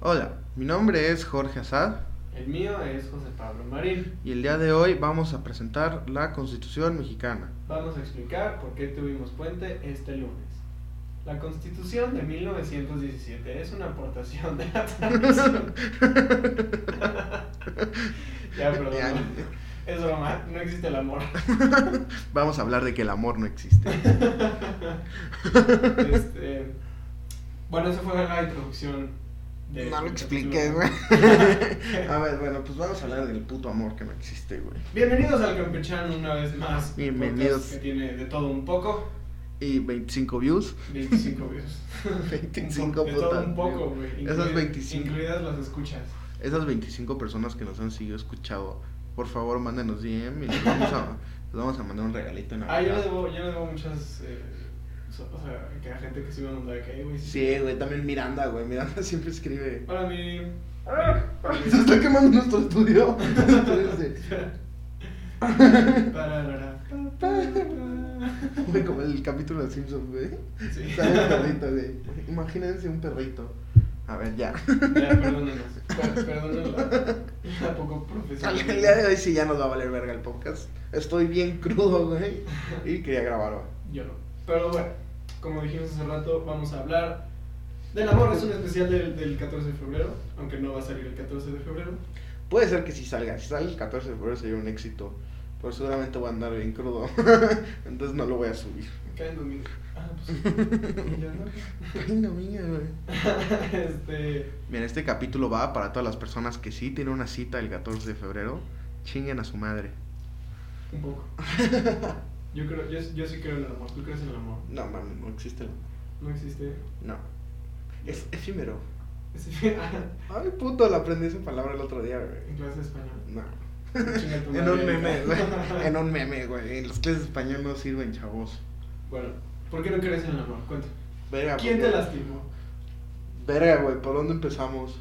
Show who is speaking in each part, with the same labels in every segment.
Speaker 1: Hola, mi nombre es Jorge Azad
Speaker 2: El mío es José Pablo Marín.
Speaker 1: y el día de hoy vamos a presentar la Constitución mexicana.
Speaker 2: Vamos a explicar por qué tuvimos puente este lunes. La Constitución de 1917 es una aportación de la tradición. ya, perdón.
Speaker 1: Ya.
Speaker 2: Es broma, no existe el amor.
Speaker 1: Vamos a hablar de que el amor no existe.
Speaker 2: Este, bueno, esa fue la introducción. de-
Speaker 1: No lo
Speaker 2: del
Speaker 1: expliqué,
Speaker 2: capítulo.
Speaker 1: güey. A ver, bueno, pues vamos a hablar del puto amor que no existe, güey.
Speaker 2: Bienvenidos al Campechano una vez más.
Speaker 1: Bienvenidos.
Speaker 2: podcast Que tiene de todo un poco.
Speaker 1: Y 25 views.
Speaker 2: 25 views.
Speaker 1: 25
Speaker 2: De todo
Speaker 1: putas,
Speaker 2: un poco, güey.
Speaker 1: güey.
Speaker 2: incluidas-
Speaker 1: Esas 25.
Speaker 2: Incluidas las escuchas.
Speaker 1: Esas 25 personas que nos han seguido escuchado, por favor, mándenos DM y les vamos a, les vamos a mandar un regalito en
Speaker 2: Ah, yo le
Speaker 1: Navidad.
Speaker 2: debo, yo le debo muchas. Eh, so- o sea, que a gente que sí me mandaba que, "Ey, güey.
Speaker 1: Sí, güey, también Miranda, güey. Miranda siempre escribe.
Speaker 2: Para mí.
Speaker 1: Se está quemando nuestro estudio. Entonces, Güey, este, como el capítulo de Simpsons, güey.
Speaker 2: Sí.
Speaker 1: Sale un perrito, güey. Imagínense un perrito. A ver, ya.
Speaker 2: Ya, perdónenos. Per- Perdónenos la, la poco profesional.
Speaker 1: El día de hoy sí ya nos va a valer verga el podcast. Estoy bien crudo, güey. Y quería grabarlo.
Speaker 2: Yo no. Pero bueno, como dijimos hace rato, vamos a hablar del amor. Es un especial del, del 14 de febrero, aunque no va a salir el 14 de febrero.
Speaker 1: Puede ser que si salga. Si sale el 14 de febrero sería un éxito. Pero seguramente voy a andar bien crudo. Entonces no lo voy a subir.
Speaker 2: Cae en domingo. Ah, pues. ya no.
Speaker 1: Ay, no mía, güey.
Speaker 2: este.
Speaker 1: Mira, este capítulo va para todas las personas que sí tienen una cita el 14 de febrero. Chinguen a su madre.
Speaker 2: Un poco. Yo, creo, yo, yo sí creo en el amor. ¿Tú crees en el amor?
Speaker 1: No, mami, no existe. el-
Speaker 2: No existe.
Speaker 1: No. Es efímero.
Speaker 2: Sí,
Speaker 1: Ay, puto, le aprendí esa palabra el otro día, güey.
Speaker 2: en clase de español.
Speaker 1: No.
Speaker 2: Chinga tu
Speaker 1: En
Speaker 2: madre,
Speaker 1: un meme,
Speaker 2: Erika.
Speaker 1: güey. En un meme, güey. En Las clases de español no sirven, chavos.
Speaker 2: Bueno, ¿por qué no crees en el amor? Cuenta.
Speaker 1: Verga,
Speaker 2: ¿Quién te
Speaker 1: porque-
Speaker 2: lastimó?
Speaker 1: Verga, güey, ¿por dónde empezamos?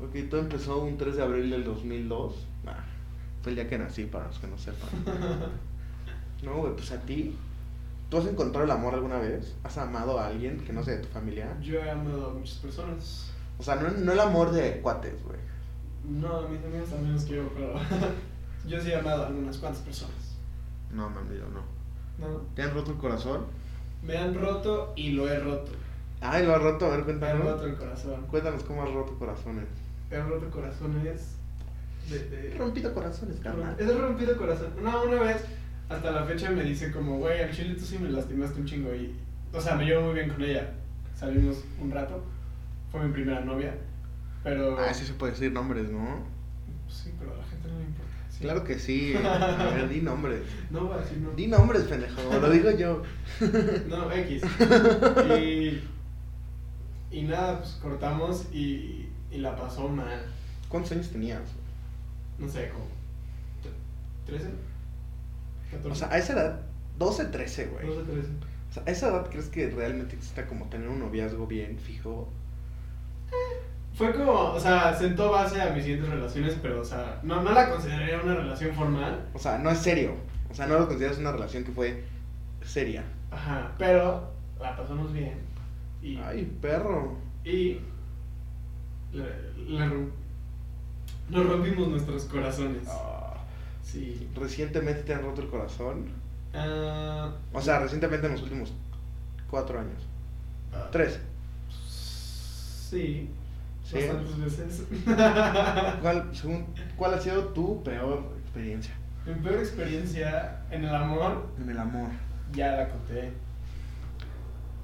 Speaker 1: Ok, todo empezó un 3 de abril del 2002. Nah, fue el día que nací, para los que no sepan. No, güey, pues a ti. ¿Tú has encontrado el amor alguna vez? ¿Has amado a alguien que no sea de tu familia?
Speaker 2: Yo he amado a muchas personas.
Speaker 1: O sea, no, no el amor de cuates, güey.
Speaker 2: No, a mis amigos también los quiero, pero yo sí he amado a algunas cuantas personas.
Speaker 1: No, mami, yo no.
Speaker 2: No.
Speaker 1: ¿Te han roto el corazón?
Speaker 2: Me han roto y lo he roto.
Speaker 1: Ay, lo has roto, a ver,
Speaker 2: Me han roto
Speaker 1: cuéntanos.
Speaker 2: el corazón.
Speaker 1: Cuéntanos cómo has roto corazones.
Speaker 2: Me han roto corazones. De,
Speaker 1: He
Speaker 2: de...
Speaker 1: rompido corazones, carnal.
Speaker 2: Es el rompido corazón. No, una vez, hasta la fecha me dice como, güey, al chile tú sí me lastimaste un chingo y... O sea, me llevo muy bien con ella. Salimos un rato. Fue mi primera novia. Pero... pues
Speaker 1: Ah, sí se puede decir nombres, ¿no?
Speaker 2: Sí, pero a la gente no le importa. Sí.
Speaker 1: Claro que sí. A ver, di nombres.
Speaker 2: No voy a decir no.
Speaker 1: Di nombres, pendejo. Lo digo yo.
Speaker 2: No, X. Y... Y nada, pues cortamos y, y la pasó mal.
Speaker 1: ¿Cuántos años tenías?
Speaker 2: No sé, como... ¿13? ¿14?
Speaker 1: O sea, a esa edad, 12, 13, güey.
Speaker 2: 12, 13.
Speaker 1: O sea, a esa edad, ¿crees que realmente exista como tener un noviazgo bien fijo?
Speaker 2: Fue como, o sea, sentó base a mis siguientes relaciones, pero, o sea, no, no la consideraría una relación formal.
Speaker 1: O sea, no es serio. O sea, no lo consideras una relación que fue seria.
Speaker 2: Ajá, pero la pasamos bien. Y,
Speaker 1: Ay, perro.
Speaker 2: y le- le rom- nos rompimos nuestros corazones.
Speaker 1: Ah,
Speaker 2: Sí.
Speaker 1: recientemente te han roto el corazón.
Speaker 2: Ah,
Speaker 1: O sea, recientemente en los últimos cuatro años.
Speaker 2: ah,
Speaker 1: Tres.
Speaker 2: Sí.
Speaker 1: Sí.
Speaker 2: Bastantes veces.
Speaker 1: ¿Cuál, según, ¿Cuál ha sido tu peor experiencia?
Speaker 2: Mi peor experiencia en el amor,
Speaker 1: En el amor.
Speaker 2: ya la conté.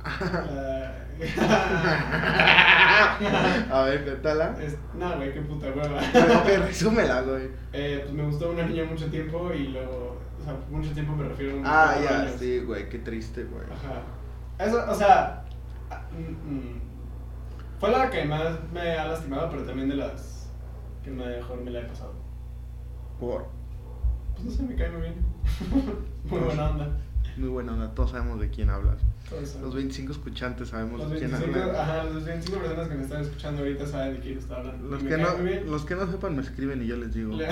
Speaker 2: Ah.
Speaker 1: A ver, cuéntala.
Speaker 2: Es- no, güey, qué puta hueva.
Speaker 1: Pero, ok, resúmela, güey.
Speaker 2: Eh, pues me gustó una niña mucho tiempo y luego. O sea, mucho tiempo me refiero a. unos
Speaker 1: Ah,
Speaker 2: cuatro
Speaker 1: ya,
Speaker 2: años.
Speaker 1: sí, güey, qué triste, güey.
Speaker 2: Ajá. Eso, o sea. ah, mm, mm, fue la que más me ha lastimado, pero también de las que mejor me la he pasado.
Speaker 1: Por.
Speaker 2: Pues no sé, me cae muy bien. muy buena onda.
Speaker 1: Muy buena onda, todos sabemos de quién hablas.
Speaker 2: Todo eso.
Speaker 1: Los 25 escuchantes sabemos
Speaker 2: Los
Speaker 1: de quién
Speaker 2: 25,
Speaker 1: hablas.
Speaker 2: ajá, los 25 personas que me están escuchando ahorita saben de quién está hablando.
Speaker 1: Los
Speaker 2: Y me
Speaker 1: que,
Speaker 2: cae muy
Speaker 1: no,
Speaker 2: bien.
Speaker 1: los que no sepan me escriben y yo les digo.
Speaker 2: Le-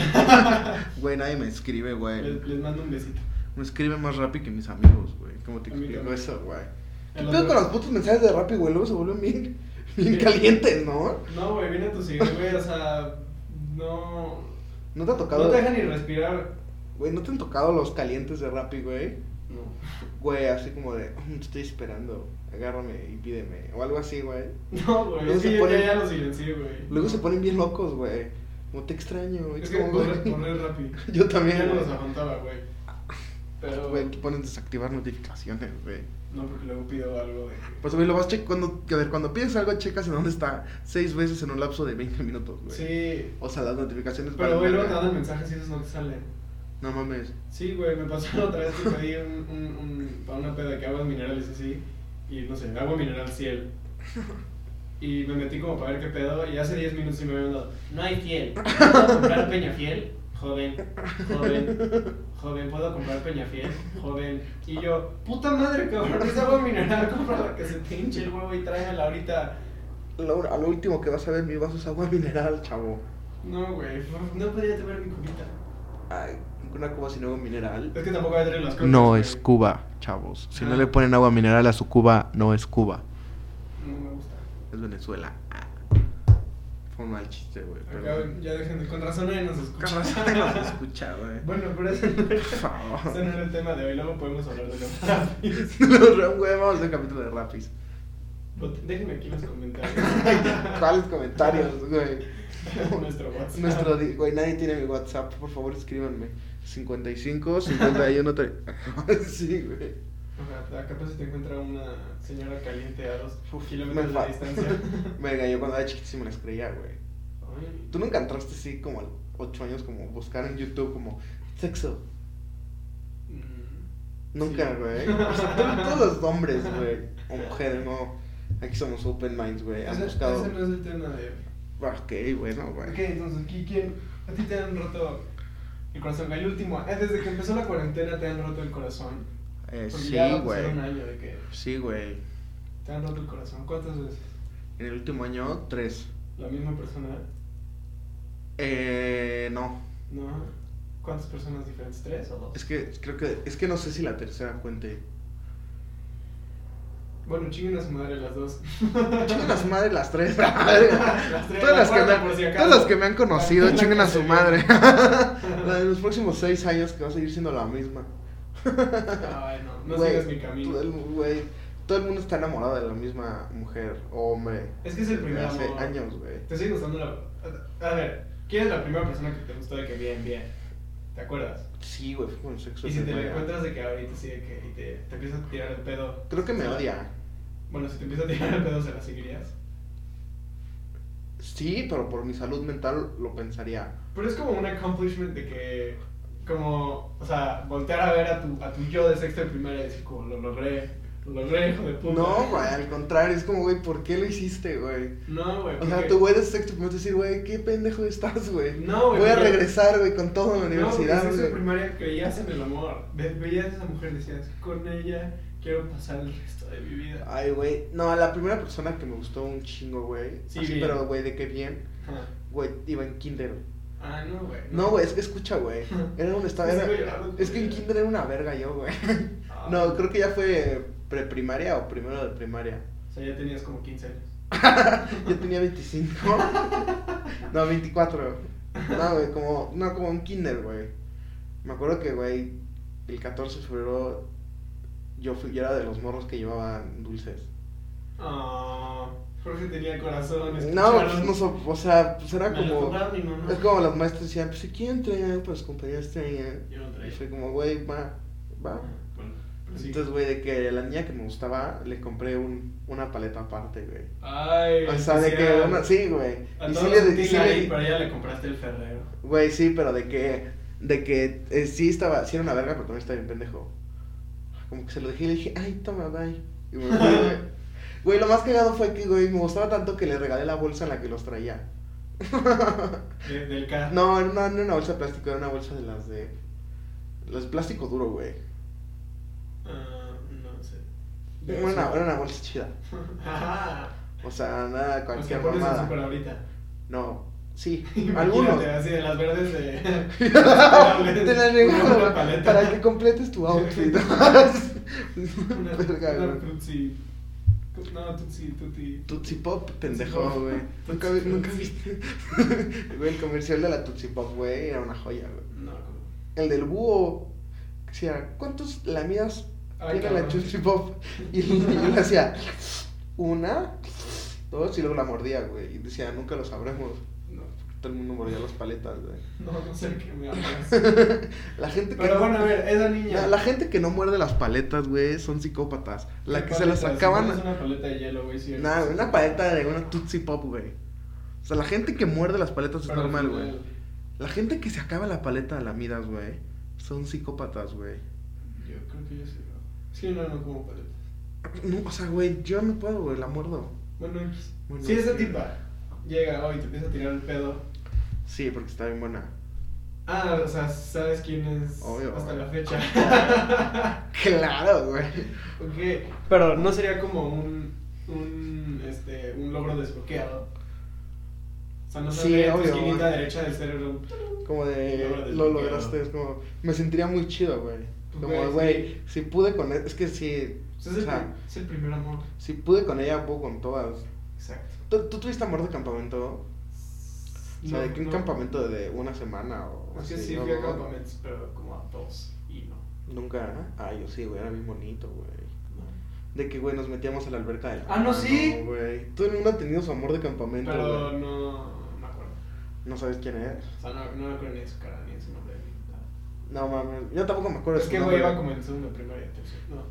Speaker 1: Güey, nadie me escribe, güey.
Speaker 2: les, les mando un besito.
Speaker 1: Me escribe más rápido que mis amigos, güey. ¿Cómo te
Speaker 2: A mí
Speaker 1: explico
Speaker 2: también.
Speaker 1: eso, güey? ¿Qué
Speaker 2: El
Speaker 1: pedo
Speaker 2: otro-
Speaker 1: con los putos mensajes de Rappi, güey? Luego se vuelven bien, Bien calientes, ¿no?
Speaker 2: No, güey, viene tu cigarro, güey, o sea, no.
Speaker 1: ¿No te ha tocado?
Speaker 2: No te deja ni respirar.
Speaker 1: Güey, ¿no te han tocado los calientes de Rappi, güey?
Speaker 2: No.
Speaker 1: Güey, así como de, "Mm, te estoy esperando, agárrame y pídeme. O algo así, güey.
Speaker 2: No, güey,
Speaker 1: Luego
Speaker 2: es
Speaker 1: se
Speaker 2: que yo
Speaker 1: ponen-
Speaker 2: ya- ya lo silencié, güey.
Speaker 1: Luego se ponen bien locos, güey. No te extraño.
Speaker 2: Es
Speaker 1: Es
Speaker 2: que
Speaker 1: como,
Speaker 2: por
Speaker 1: güey.
Speaker 2: responder rápido.
Speaker 1: Yo
Speaker 2: Ya
Speaker 1: también,
Speaker 2: no los
Speaker 1: güey.
Speaker 2: aguantaba, güey. Pero.
Speaker 1: Güey, aquí ponen desactivar notificaciones, güey.
Speaker 2: No, porque luego pido algo de.
Speaker 1: Pues, güey, lo vas che- cuando, a ver, cuando pides algo, checas en dónde está seis veces en un lapso de 20 minutos, güey.
Speaker 2: Sí.
Speaker 1: O sea, las notificaciones
Speaker 2: Pero,
Speaker 1: valen
Speaker 2: güey, luego te
Speaker 1: verga.
Speaker 2: mandan mensajes y esos no te salen.
Speaker 1: No mames.
Speaker 2: Sí, güey, me pasó la otra vez que pedí un, un, un, para una peda que aguas minerales así, y no sé, agua mineral ciel. Y me metí como para ver qué pedo, y hace 10 minutos y me habían dado, no hay fiel, ¿puedo comprar peña fiel? Joven, joven, joven, ¿puedo comprar peña fiel? Joven. Y yo, puta madre, cabrón, es agua mineral, compra la que se te hinche el huevo y tráemela ahorita.
Speaker 1: Lo, a lo último que vas a ver mi vaso es agua mineral, chavo.
Speaker 2: No, güey, no podía tomar mi cubita.
Speaker 1: Ay, una cuba sin agua mineral. Ah.
Speaker 2: Es que tampoco voy a traer las cosas.
Speaker 1: No es Cuba, chavos. Si no le ponen agua mineral a su Cuba, no es Cuba.
Speaker 2: No me gusta.
Speaker 1: Es Venezuela. Ah. Fue un mal chiste, güey.
Speaker 2: Acá,
Speaker 1: perdón.
Speaker 2: ya dejen de con razón nadie nos escucha.
Speaker 1: Con razón que nos escucha, güey.
Speaker 2: bueno, pero ese,
Speaker 1: Por
Speaker 2: ese
Speaker 1: favor.
Speaker 2: no era el tema de hoy, luego podemos hablar de los rapis.
Speaker 1: No, güey, vamos a hacer un capítulo de rapis.
Speaker 2: Bot- Déjenme aquí los comentarios.
Speaker 1: ¿Cuáles comentarios, güey?
Speaker 2: Nuestro WhatsApp.
Speaker 1: Nuestro, di- güey, nadie tiene mi WhatsApp. Por favor, escríbanme. 55, 51, tre- Sí, güey.
Speaker 2: Ajá, Acá pues te encuentra una señora caliente a dos
Speaker 1: Uf,
Speaker 2: kilómetros de
Speaker 1: fa-
Speaker 2: distancia.
Speaker 1: Verga, yo cuando era chiquito sí me las creía, güey.
Speaker 2: Ay,
Speaker 1: ¿Tú no encontraste así como a los 8 años como buscar en YouTube como sexo?
Speaker 2: mm,
Speaker 1: Nunca,
Speaker 2: Sí.
Speaker 1: güey. O sea, to- Todos los hombres, güey. O mujeres, no. Aquí somos open minds, güey. Han
Speaker 2: ese,
Speaker 1: buscado.
Speaker 2: ese no es el tema de hoy.
Speaker 1: Ok, bueno, güey. Eh,
Speaker 2: Ok, entonces, ¿qui- ¿quién? ¿A ti te han roto el corazón? El último, eh, desde que empezó la cuarentena te han roto el corazón.
Speaker 1: Eh,
Speaker 2: Porque
Speaker 1: sí,
Speaker 2: ya va a pasar
Speaker 1: güey.
Speaker 2: un año de que
Speaker 1: Sí, güey.
Speaker 2: te han roto el corazón. ¿Cuántas veces?
Speaker 1: En el último año, tres.
Speaker 2: ¿La misma persona?
Speaker 1: Eh, no.
Speaker 2: ¿No? ¿Cuántas personas diferentes? ¿Tres o dos?
Speaker 1: Es que creo que. Es que no sé si la tercera cuente.
Speaker 2: Bueno, chinguen a su madre las dos.
Speaker 1: Chinguen a su madre las tres.
Speaker 2: Las tres,
Speaker 1: todas, las
Speaker 2: la
Speaker 1: que me,
Speaker 2: cuarta, por si acaso.
Speaker 1: todas las que me han conocido,
Speaker 2: La
Speaker 1: chinguen
Speaker 2: que
Speaker 1: a su
Speaker 2: se
Speaker 1: madre.
Speaker 2: viene.
Speaker 1: La de los próximos seis años que va a seguir siendo la misma.
Speaker 2: Ay, no, no
Speaker 1: Güey,
Speaker 2: sigas mi camino.
Speaker 1: Todo el, güey, todo el mundo está enamorado de la misma mujer o hombre.
Speaker 2: Es que es el
Speaker 1: desde
Speaker 2: primer
Speaker 1: Hace
Speaker 2: amor.
Speaker 1: años, güey.
Speaker 2: Te sigue gustando la... A ver, ¿quién es la primera persona que te gustó de que bien, bien? ¿Te acuerdas?
Speaker 1: Sí, güey, fue con el sexo.
Speaker 2: Y si te la
Speaker 1: güey.
Speaker 2: encuentras de que ahorita sigue que y te, te empieza a tirar el pedo.
Speaker 1: Creo que me
Speaker 2: se la-
Speaker 1: odia.
Speaker 2: Bueno, si te empieza a tirar el pedo, ¿se la seguirías?
Speaker 1: Sí, pero por mi salud mental lo pensaría.
Speaker 2: Pero es como un accomplishment de que, como, o sea, voltear a ver a tu, a tu yo de sexto de primaria y decir, como, lo logré, lo logré, hijo de puta.
Speaker 1: No, güey, al contrario, es como, güey, ¿por qué lo hiciste, güey?
Speaker 2: No, güey.
Speaker 1: O sea,
Speaker 2: porque-
Speaker 1: tu güey de sexto primero te decir, güey, qué pendejo estás, güey.
Speaker 2: No, güey.
Speaker 1: Voy a
Speaker 2: porque-
Speaker 1: regresar, güey, con todo en la
Speaker 2: No,
Speaker 1: universidad,
Speaker 2: porque en sexto de
Speaker 1: güey.
Speaker 2: primaria creías en el amor. Ve- Veías a esa mujer y decías, con ella quiero pasar el resto de mi vida.
Speaker 1: Ay, güey. No, la primera persona que me gustó un chingo, güey.
Speaker 2: Sí,
Speaker 1: así,
Speaker 2: bien.
Speaker 1: pero, güey, de qué bien.
Speaker 2: Ah,
Speaker 1: Güey, iba en kinder.
Speaker 2: Ah, no, güey.
Speaker 1: No, güey, es que escucha, güey. Era un estaba.
Speaker 2: Sí,
Speaker 1: era-
Speaker 2: güey, llorando,
Speaker 1: Es que en
Speaker 2: güey.
Speaker 1: kinder era una verga yo, güey.
Speaker 2: Ah.
Speaker 1: No, creo que ya fue preprimaria o primero de primaria.
Speaker 2: O sea, ya tenías como 15 años.
Speaker 1: Yo tenía 25. No, 24. No, güey, como, no, como un kinder, güey. Me acuerdo que, güey, el 14 de febrero yo, fui, yo era de los morros que llevaban dulces.
Speaker 2: Ah, Jorge tenía corazón.
Speaker 1: No,
Speaker 2: escucharon.
Speaker 1: pues no, so- o sea, pues era
Speaker 2: Me lo
Speaker 1: como...
Speaker 2: compraron mi mamá.
Speaker 1: Es como los maestros decían, pues aquí entrenan, pues compañeros entrenan.
Speaker 2: Yo no
Speaker 1: Y
Speaker 2: traía.
Speaker 1: fue como, güey, va, va.
Speaker 2: Ah, Bueno, pero sí.
Speaker 1: Entonces, güey, de que la niña que me gustaba, le compré un, una paleta aparte, güey.
Speaker 2: Ay,
Speaker 1: O sea, de que
Speaker 2: quisiera-
Speaker 1: una... Sí, güey.
Speaker 2: A
Speaker 1: Y
Speaker 2: todos
Speaker 1: sí le...
Speaker 2: los
Speaker 1: di- sí
Speaker 2: Tila
Speaker 1: le
Speaker 2: ahí,
Speaker 1: di-
Speaker 2: pero ya le compraste el ferrero.
Speaker 1: Güey, sí, pero de que. De que eh, sí estaba. Sí era una verga, pero también estaba bien pendejo. Como que se lo dejé y le dije, ay, toma, bye. Y me fui, güey. Güey, lo más cagado fue que, güey, me gustaba tanto que le regalé la bolsa en la que los traía.
Speaker 2: de- del carro.
Speaker 1: No, era una- no era una bolsa de plástico, era una bolsa de las de. Las de plástico duro, güey.
Speaker 2: Ah, no sé.
Speaker 1: Era una, era una bolsa chida.
Speaker 2: Ajá.
Speaker 1: O sea, nada,
Speaker 2: Los que
Speaker 1: cualquier
Speaker 2: pones en super
Speaker 1: mamada.
Speaker 2: ahorita.
Speaker 1: No, sí,
Speaker 2: Imagínate,
Speaker 1: algunos.
Speaker 2: Así de las verdes de.
Speaker 1: Te la regalo
Speaker 2: Una
Speaker 1: güey,
Speaker 2: paleta.
Speaker 1: para que completes tu outfit.
Speaker 2: Una,
Speaker 1: Verga,
Speaker 2: una
Speaker 1: güey.
Speaker 2: frutzi No, Tutsi, Tutti.
Speaker 1: Tutsi Pop, pendejo,
Speaker 2: Pop.
Speaker 1: güey. Nunca, vi- nunca viste. güey, el comercial de la Tutsi Pop, güey, era una joya, güey.
Speaker 2: No, como.
Speaker 1: El del búho, que decía, ¿cuántos lamidas
Speaker 2: Ay,
Speaker 1: tiene la
Speaker 2: cabrón.
Speaker 1: Tutsi Pop? Y el niño le hacía una, dos, y luego la mordía, güey. Y decía, nunca lo sabremos.
Speaker 2: No,
Speaker 1: Todo el mundo mordía las paletas, güey.
Speaker 2: no, no sé de qué me hablas.
Speaker 1: La gente que
Speaker 2: Pero
Speaker 1: no-
Speaker 2: bueno, a ver, esa niña.
Speaker 1: la, la gente que no muerde las paletas, güey, son psicópatas. La
Speaker 2: ¿Qué
Speaker 1: que se las
Speaker 2: paleta?
Speaker 1: acaban.
Speaker 2: Si pones una paleta de hielo, güey. sí,
Speaker 1: Nada,
Speaker 2: sí.
Speaker 1: una paleta de una Tootsie Pop, güey. O sea, la gente que muerde las paletas es
Speaker 2: Pero
Speaker 1: normal,
Speaker 2: al
Speaker 1: güey.
Speaker 2: final,
Speaker 1: La gente que se acaba la paleta de lamidas, güey, son psicópatas, güey.
Speaker 2: Yo creo que yo sí lo hago. Sí, no, no como paleta.
Speaker 1: No, o sea, güey, yo no puedo, güey, la muerdo.
Speaker 2: Bueno, X.
Speaker 1: Bueno,
Speaker 2: si esa
Speaker 1: X.
Speaker 2: tipa llega hoy y te empieza a tirar el pedo.
Speaker 1: Sí, porque está bien buena.
Speaker 2: Ah, o sea, sabes quién es
Speaker 1: Obvio.
Speaker 2: hasta la fecha.
Speaker 1: Claro, güey.
Speaker 2: ok, pero no sería como un, un, este, un logro desbloqueado. O sea, no
Speaker 1: Sí,
Speaker 2: saldría en tu
Speaker 1: obvio.
Speaker 2: esquinita derecha del cerebro.
Speaker 1: Como de
Speaker 2: Logro
Speaker 1: lo
Speaker 2: desbloqueado.
Speaker 1: lograste, es como me sentiría muy chido, güey. Como,
Speaker 2: Güey,
Speaker 1: güey, si pude con e, es que si
Speaker 2: O sea, es,
Speaker 1: O
Speaker 2: el,
Speaker 1: sea,
Speaker 2: pri- es el primer amor.
Speaker 1: si pude con ella puedo con todas.
Speaker 2: Exacto.
Speaker 1: ¿Tú, tú tuviste amor de campamento? O sea,
Speaker 2: No,
Speaker 1: de que un
Speaker 2: no.
Speaker 1: campamento de una semana o
Speaker 2: Es que
Speaker 1: así,
Speaker 2: sí,
Speaker 1: ¿no?
Speaker 2: fui a campamentos, pero como a dos y no.
Speaker 1: Nunca, ¿eh? ah, yo sí, güey, era bien bonito, güey.
Speaker 2: no.
Speaker 1: De que, güey, nos metíamos a la alberca del.
Speaker 2: Ah, ¿no, sí?
Speaker 1: No, güey. Tú no has tenido su amor de campamento,
Speaker 2: Pero
Speaker 1: güey.
Speaker 2: no me acuerdo.
Speaker 1: No sabes quién es.
Speaker 2: O sea, Ah, no, no me acuerdo ni de su cara, ni de su nombre, ni nada.
Speaker 1: No mames, yo tampoco me acuerdo.
Speaker 2: es
Speaker 1: de
Speaker 2: que
Speaker 1: su
Speaker 2: güey
Speaker 1: nombre.
Speaker 2: iba como en segundo, primaria, tercero. No,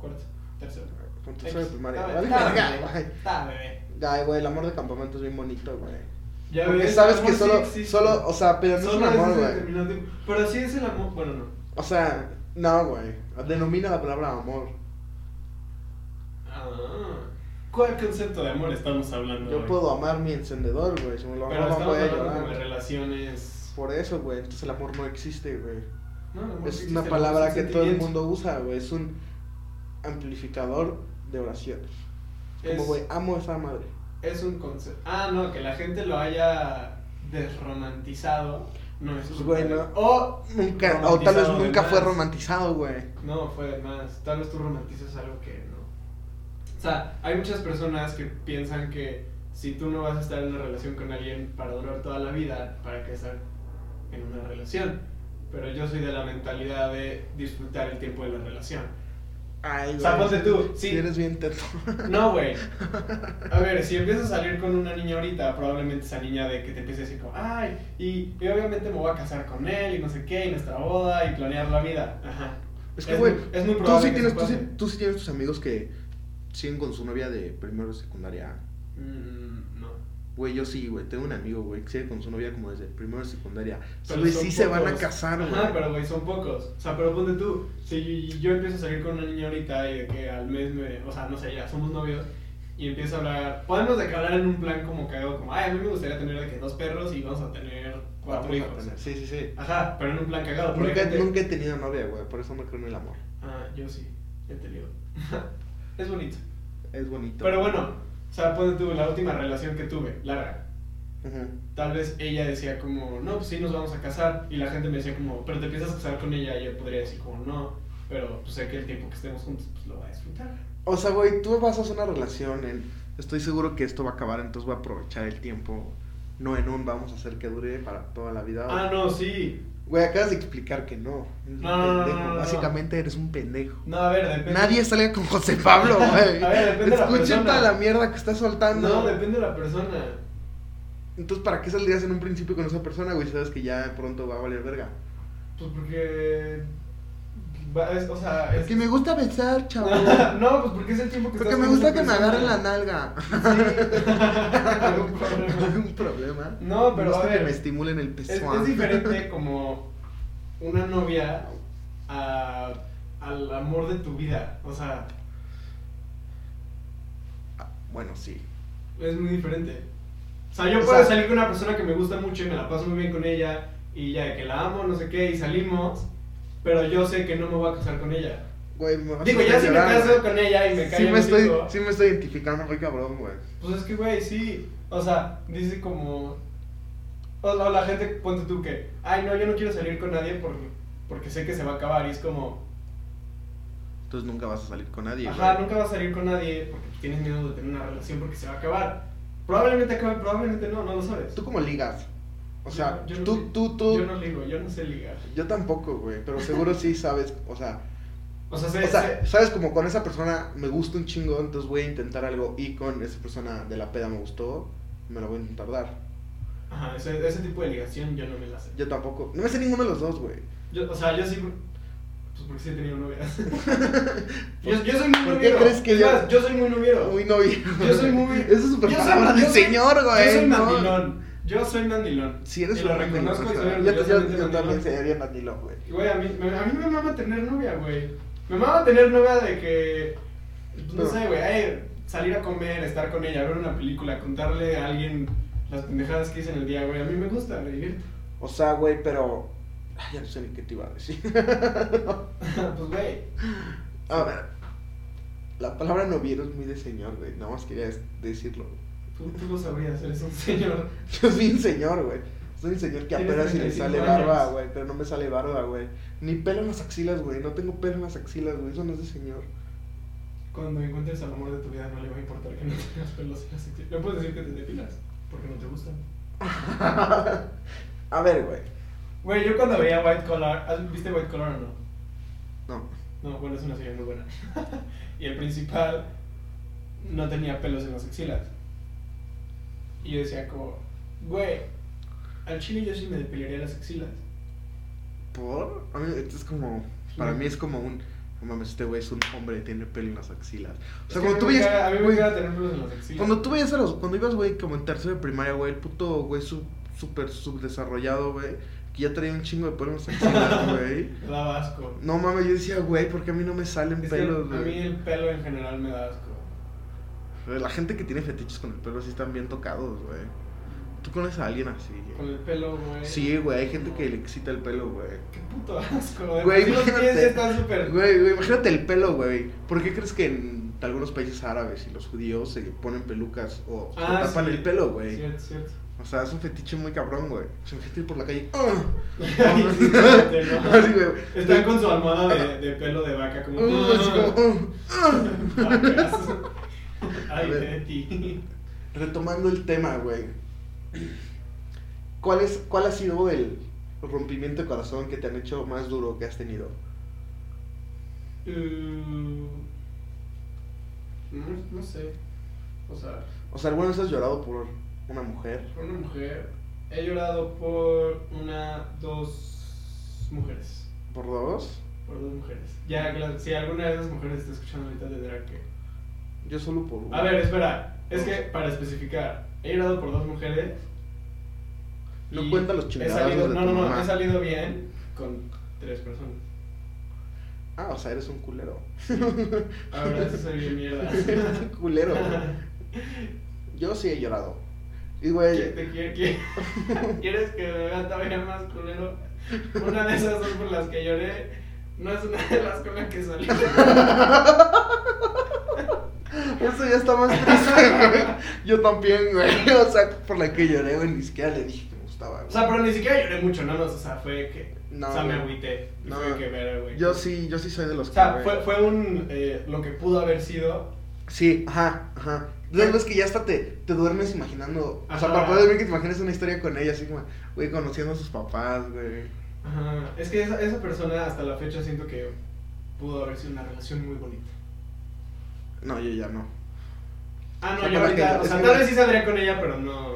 Speaker 2: cuarto, tercero.
Speaker 1: Con tu de primaria.
Speaker 2: Estaba-
Speaker 1: Vale,
Speaker 2: estaba
Speaker 1: verga,
Speaker 2: bebé,
Speaker 1: güey.
Speaker 2: estaba bebé.
Speaker 1: Ay, güey, el amor de campamento es bien bonito, güey.
Speaker 2: Ya
Speaker 1: Porque
Speaker 2: ves,
Speaker 1: sabes
Speaker 2: el
Speaker 1: que
Speaker 2: amor sí
Speaker 1: solo,
Speaker 2: existe.
Speaker 1: solo, o sea, pero no es un
Speaker 2: Solo ese
Speaker 1: amor,
Speaker 2: el
Speaker 1: güey.
Speaker 2: determinante. Pero sí es el amor, bueno, no.
Speaker 1: O sea, no, güey. Denomina la palabra amor.
Speaker 2: Ah, ¿Cuál concepto de amor estamos hablando?
Speaker 1: Yo
Speaker 2: hoy?
Speaker 1: puedo amar mi encendedor, güey. Si me lo
Speaker 2: Pero
Speaker 1: amo, no
Speaker 2: estamos
Speaker 1: voy a
Speaker 2: hablando como de
Speaker 1: llorar.
Speaker 2: relaciones.
Speaker 1: Por eso, güey. Entonces el amor no existe, güey.
Speaker 2: No, el amor
Speaker 1: Es
Speaker 2: sí
Speaker 1: una
Speaker 2: existe, el amor
Speaker 1: palabra
Speaker 2: es
Speaker 1: que
Speaker 2: un
Speaker 1: todo el
Speaker 2: sentimiento.
Speaker 1: mundo usa, güey. Es un amplificador de oración. Como,
Speaker 2: Es-
Speaker 1: güey, amo a esa madre.
Speaker 2: Es un concepto. Ah, no, que la gente lo haya desromantizado. No es
Speaker 1: Pues, güey,
Speaker 2: culpa de-
Speaker 1: no.
Speaker 2: O
Speaker 1: Nunca, o tal vez
Speaker 2: romantizado de
Speaker 1: nunca fue
Speaker 2: más.
Speaker 1: romantizado, güey.
Speaker 2: No, fue más. Tal vez tú romantizas algo que no. O sea, hay muchas personas que piensan que si tú no vas a estar en una relación con alguien para durar toda la vida, ¿para qué estar en una relación? Pero yo soy de la mentalidad de disfrutar el tiempo de la relación.
Speaker 1: Ay,
Speaker 2: O sea, ponte tú, sí.
Speaker 1: Si eres bien teto.
Speaker 2: No, güey. A ver, si empiezas a salir con una niña ahorita, probablemente esa niña de que te empiece a decir como, ay, y, y obviamente me voy a casar con él, y no sé qué, y nuestra boda, y planear la vida. Ajá.
Speaker 1: Es que, güey,
Speaker 2: muy- es muy
Speaker 1: tú,
Speaker 2: probable
Speaker 1: sí
Speaker 2: que
Speaker 1: tienes,
Speaker 2: eso
Speaker 1: tú, sí,
Speaker 2: pase.
Speaker 1: tú sí tienes tus amigos que siguen con su novia de primero de secundaria.
Speaker 2: Mm, no.
Speaker 1: Güey, yo sí, güey. Tengo un amigo, güey, que sigue con su novia como desde primero de secundaria. Sí,
Speaker 2: Pero
Speaker 1: Güey,
Speaker 2: son
Speaker 1: sí se van a
Speaker 2: pocos.
Speaker 1: casar, güey. Ah,
Speaker 2: Ajá, pero güey, son pocos. O sea, pero ponte tú, si yo, yo empiezo a salir con una niña ahorita y de que al mes me, o sea, no sé, ya somos novios y empiezo a hablar, podemos de que hablar en un plan como cagado, como, ay, a mí me gustaría tener de que dos perros y vamos a tener
Speaker 1: Vamos
Speaker 2: cuatro Ah,
Speaker 1: a
Speaker 2: hijos.
Speaker 1: tener- Sí, sí, sí.
Speaker 2: Ajá, pero en un plan cagado. porque hay
Speaker 1: Nunca,
Speaker 2: gente-
Speaker 1: nunca he tenido novia, güey. Por eso no creo en el amor.
Speaker 2: Ah, yo sí, he tenido. es bonito.
Speaker 1: Es bonito.
Speaker 2: Pero bueno, o sea, ponte tú, la última relación que tuve, larga.
Speaker 1: Ujú.
Speaker 2: tal vez ella decía como, no, pues sí, nos vamos a casar. Y la gente me decía como, pero te piensas casar con ella. Y yo podría decir como, no, pero pues sé que el tiempo que estemos juntos, pues lo va a disfrutar.
Speaker 1: O sea, güey, tú vas a hacer una relación en... Estoy seguro que esto va a acabar, entonces voy a aprovechar el tiempo. No en un vamos a hacer que dure para toda la vida.
Speaker 2: Ah, no, sí.
Speaker 1: Güey, acabas de explicar que no. Eres un
Speaker 2: No, no, no,
Speaker 1: pendejo.
Speaker 2: no, no, no.
Speaker 1: Básicamente eres un pendejo.
Speaker 2: No, a ver, depende.
Speaker 1: Nadie salga con José Pablo, güey.
Speaker 2: A ver, depende de la
Speaker 1: Escuchen
Speaker 2: persona.
Speaker 1: toda la mierda que estás soltando.
Speaker 2: No, depende de la persona.
Speaker 1: Entonces, ¿para qué saldrías en un principio con esa persona, güey? Si Sabes que ya pronto va a valer verga.
Speaker 2: Pues porque... va- es- o sea, es...
Speaker 1: Que me gusta besar, chaval.
Speaker 2: no, pues porque es el tiempo que
Speaker 1: Porque
Speaker 2: estás pues,
Speaker 1: me
Speaker 2: con
Speaker 1: gusta
Speaker 2: esa
Speaker 1: que me
Speaker 2: persona.
Speaker 1: agarren la nalga.
Speaker 2: Algún problema.
Speaker 1: ¿Algún problema?
Speaker 2: No,
Speaker 1: Me
Speaker 2: pero a
Speaker 1: gusta que
Speaker 2: ver,
Speaker 1: me estimulen el
Speaker 2: Es,
Speaker 1: pezón.
Speaker 2: es diferente como una novia a- al amor de tu vida. O sea,
Speaker 1: Ah, Bueno, sí.
Speaker 2: es muy diferente. O sea, yo
Speaker 1: O
Speaker 2: puedo
Speaker 1: sea-
Speaker 2: salir con una persona que me gusta mucho y me la paso muy bien con ella y ya de que la amo, no sé qué, y salimos, pero yo sé que no me voy a casar con ella.
Speaker 1: Güey, me vas a
Speaker 2: Digo,
Speaker 1: hacer
Speaker 2: ya si me
Speaker 1: llorar,
Speaker 2: caso
Speaker 1: güey.
Speaker 2: con ella y me
Speaker 1: Sí
Speaker 2: cae
Speaker 1: me,
Speaker 2: el
Speaker 1: estoy,
Speaker 2: hocico,
Speaker 1: sí me estoy identificando muy cabrón, güey.
Speaker 2: Pues es que, güey, sí. O sea, dice como. O la, o la gente, ponte tú que. Ay, no, yo no quiero salir con nadie porque, porque sé que se va a acabar. Y es como.
Speaker 1: Entonces nunca vas a salir con nadie.
Speaker 2: Ajá,
Speaker 1: güey.
Speaker 2: nunca vas a salir con nadie porque tienes miedo de tener una relación porque se va a acabar. Probablemente acabe, probablemente no, no lo sabes.
Speaker 1: ¿Tú cómo ligas? O sea,
Speaker 2: Yo- yo no
Speaker 1: tú,
Speaker 2: li-
Speaker 1: tú, tú.
Speaker 2: Yo no ligo, yo no sé ligar.
Speaker 1: Yo tampoco, güey, pero seguro sí sabes, o sea,
Speaker 2: O sea, sé,
Speaker 1: o sea,
Speaker 2: sé-
Speaker 1: sabes como con esa persona me gusta un chingo, entonces voy a intentar algo y con esa persona de la peda me gustó, me la voy a intentar dar.
Speaker 2: ajá, ese, ese tipo de ligación yo no me la sé.
Speaker 1: Yo tampoco, no me sé ninguno de los dos, güey.
Speaker 2: Yo, o sea, yo sí. Pues porque sí he tenido novias. yo, yo soy muy
Speaker 1: ¿Por qué
Speaker 2: noviero.
Speaker 1: crees que
Speaker 2: Es
Speaker 1: yo-
Speaker 2: más, yo soy muy noviero.
Speaker 1: Muy novio.
Speaker 2: Yo soy muy.
Speaker 1: Eso es súper
Speaker 2: yo soy-
Speaker 1: palabra de
Speaker 2: yo soy-
Speaker 1: señor, güey.
Speaker 2: Yo soy
Speaker 1: ¿no?
Speaker 2: mandilón. Yo soy mandilón.
Speaker 1: Sí, eres
Speaker 2: Y lo
Speaker 1: un
Speaker 2: reconozco y
Speaker 1: mandilón,
Speaker 2: soy
Speaker 1: o sea, Yo, yo-
Speaker 2: orgullosamente
Speaker 1: yo también
Speaker 2: mandilón.
Speaker 1: sería mandilón, güey.
Speaker 2: Güey, a mí, me- a mí me mama tener novia, güey. Me mama tener novia de que. No
Speaker 1: No.
Speaker 2: sé, güey. ay, salir a comer, estar con ella, ver una película, contarle a alguien las pendejadas que hice en el día, güey. A mí me gusta, me divierte.
Speaker 1: O sea, güey, pero. Ay, ya no sé ni qué te iba a decir.
Speaker 2: pues, güey.
Speaker 1: a ver. La palabra noviero es muy de señor, güey. Nada más quería des- decirlo.
Speaker 2: Tú, tú lo sabrías, eres un señor.
Speaker 1: Yo soy un señor, güey. Soy un señor que
Speaker 2: Tienes
Speaker 1: apenas si le
Speaker 2: 35
Speaker 1: sale barba,
Speaker 2: años.
Speaker 1: güey. Pero no me sale barba, güey. Ni pelo en las axilas, güey. No tengo pelo en las axilas, güey. Eso no es de señor.
Speaker 2: Cuando encuentres al amor de tu vida, no le va a importar que no tengas pelos en las axilas. No puedes decir que te depilas, porque no te gustan.
Speaker 1: a ver, güey.
Speaker 2: Güey, yo cuando veía White Collar, ¿has- ¿viste White Collar o no?
Speaker 1: No.
Speaker 2: No, bueno, es una serie muy buena. y el principal no tenía pelos en las axilas. Y yo decía como, güey, al chile yo sí me depilaría las axilas.
Speaker 1: ¿Por? A mí, esto es como. Para mí es como un. No mames, este güey es un hombre, tiene pelo en las axilas. O
Speaker 2: Es
Speaker 1: sea,
Speaker 2: que
Speaker 1: cuando
Speaker 2: a
Speaker 1: tú
Speaker 2: mí me
Speaker 1: veías.
Speaker 2: caga- A mí me
Speaker 1: güey,
Speaker 2: encanta tener pelos en las axilas.
Speaker 1: Cuando tú veías a los. Cuando ibas, güey, como en tercero de primaria, güey, el puto güey su- súper subdesarrollado, güey, que ya traía un chingo de pelo en las axilas, güey.
Speaker 2: Me daba asco.
Speaker 1: No mames, yo decía, güey, ¿por qué a mí no me salen
Speaker 2: Es que
Speaker 1: pelos,
Speaker 2: a mí
Speaker 1: güey?
Speaker 2: el pelo en general me da asco.
Speaker 1: La gente que tiene fetiches con el pelo así están bien tocados, güey. Tú conoces a alguien así,
Speaker 2: Con
Speaker 1: güey.
Speaker 2: el pelo, güey.
Speaker 1: Sí, güey, hay gente
Speaker 2: No.
Speaker 1: que le excita el pelo, güey.
Speaker 2: Qué puto asco. de
Speaker 1: Güey,
Speaker 2: por sí los pies
Speaker 1: imagínate.
Speaker 2: ya están súper.
Speaker 1: Güey, güey, imagínate el pelo, güey. ¿Por qué crees que en algunos países árabes y los judíos se ponen pelucas o se
Speaker 2: Ah,
Speaker 1: tapan
Speaker 2: sí.
Speaker 1: el pelo, güey?
Speaker 2: Cierto, cierto.
Speaker 1: O sea, es un fetiche muy cabrón, güey. Se me gente ir por la calle. ¡ah!
Speaker 2: Ay, sí, fíjate, ¿no?
Speaker 1: Así, güey.
Speaker 2: Están con su almohada de, de pelo de vaca, como.
Speaker 1: Ah, así como, ah, ah.
Speaker 2: Vacas.
Speaker 1: A
Speaker 2: Ay,
Speaker 1: ver.
Speaker 2: Betty.
Speaker 1: Retomando el tema, güey. ¿Cuál, es, ¿Cuál ha sido el rompimiento de corazón que te han hecho más duro que has tenido?
Speaker 2: Mm, No, no sé. O sea,
Speaker 1: O sea, ¿alguna vez has llorado por una mujer?
Speaker 2: por una mujer. He llorado por una, dos mujeres.
Speaker 1: ¿Por dos?
Speaker 2: Por dos mujeres. Ya, claro, si alguna de esas mujeres está escuchando ahorita, tendrá que.
Speaker 1: Yo solo por una.
Speaker 2: A ver, espera. Es que, para especificar, he llorado por dos mujeres.
Speaker 1: No
Speaker 2: y
Speaker 1: cuenta los
Speaker 2: he
Speaker 1: chingadazos
Speaker 2: salido-
Speaker 1: de
Speaker 2: No,
Speaker 1: tu
Speaker 2: no, no,
Speaker 1: mamá.
Speaker 2: he salido bien con tres personas.
Speaker 1: Ah, o sea, eres un culero.
Speaker 2: Ahora sí soy bien mierda.
Speaker 1: Eres un culero, güey. Yo sí he llorado. Y, güey,
Speaker 2: ¿Te quiere- quiere- ¿Quieres que me vea todavía más culero? Una de esas dos por las que lloré no es una de las con las que salí.
Speaker 1: Eso ya está más triste, güey. Yo también, güey. O sea, por la que lloré, güey, ni siquiera le dije que me gustaba,
Speaker 2: O
Speaker 1: güey.
Speaker 2: sea, pero ni siquiera lloré mucho, no, no, o sea, fue que.
Speaker 1: No,
Speaker 2: o sea, me
Speaker 1: güey.
Speaker 2: agüité. y
Speaker 1: No.
Speaker 2: fue que ver, güey.
Speaker 1: Yo sí, yo sí soy de los
Speaker 2: O
Speaker 1: que.
Speaker 2: sea,
Speaker 1: güey.
Speaker 2: fue, fue un. eh, lo que pudo haber sido.
Speaker 1: Sí, ajá, ajá. Entonces ves que ya hasta te, te duermes imaginando. O sea,
Speaker 2: Ajá.
Speaker 1: para poder ver que te imagines una historia con ella, así como, güey, conociendo a sus papás, güey.
Speaker 2: Ajá. Es que esa, esa persona hasta la fecha siento que pudo haber sido una relación muy bonita.
Speaker 1: No, yo ya no.
Speaker 2: Ah,
Speaker 1: O sea,
Speaker 2: no, yo
Speaker 1: con la que-
Speaker 2: ahorita. O
Speaker 1: es
Speaker 2: sea,
Speaker 1: que-
Speaker 2: tal vez sí saldría con ella, pero no.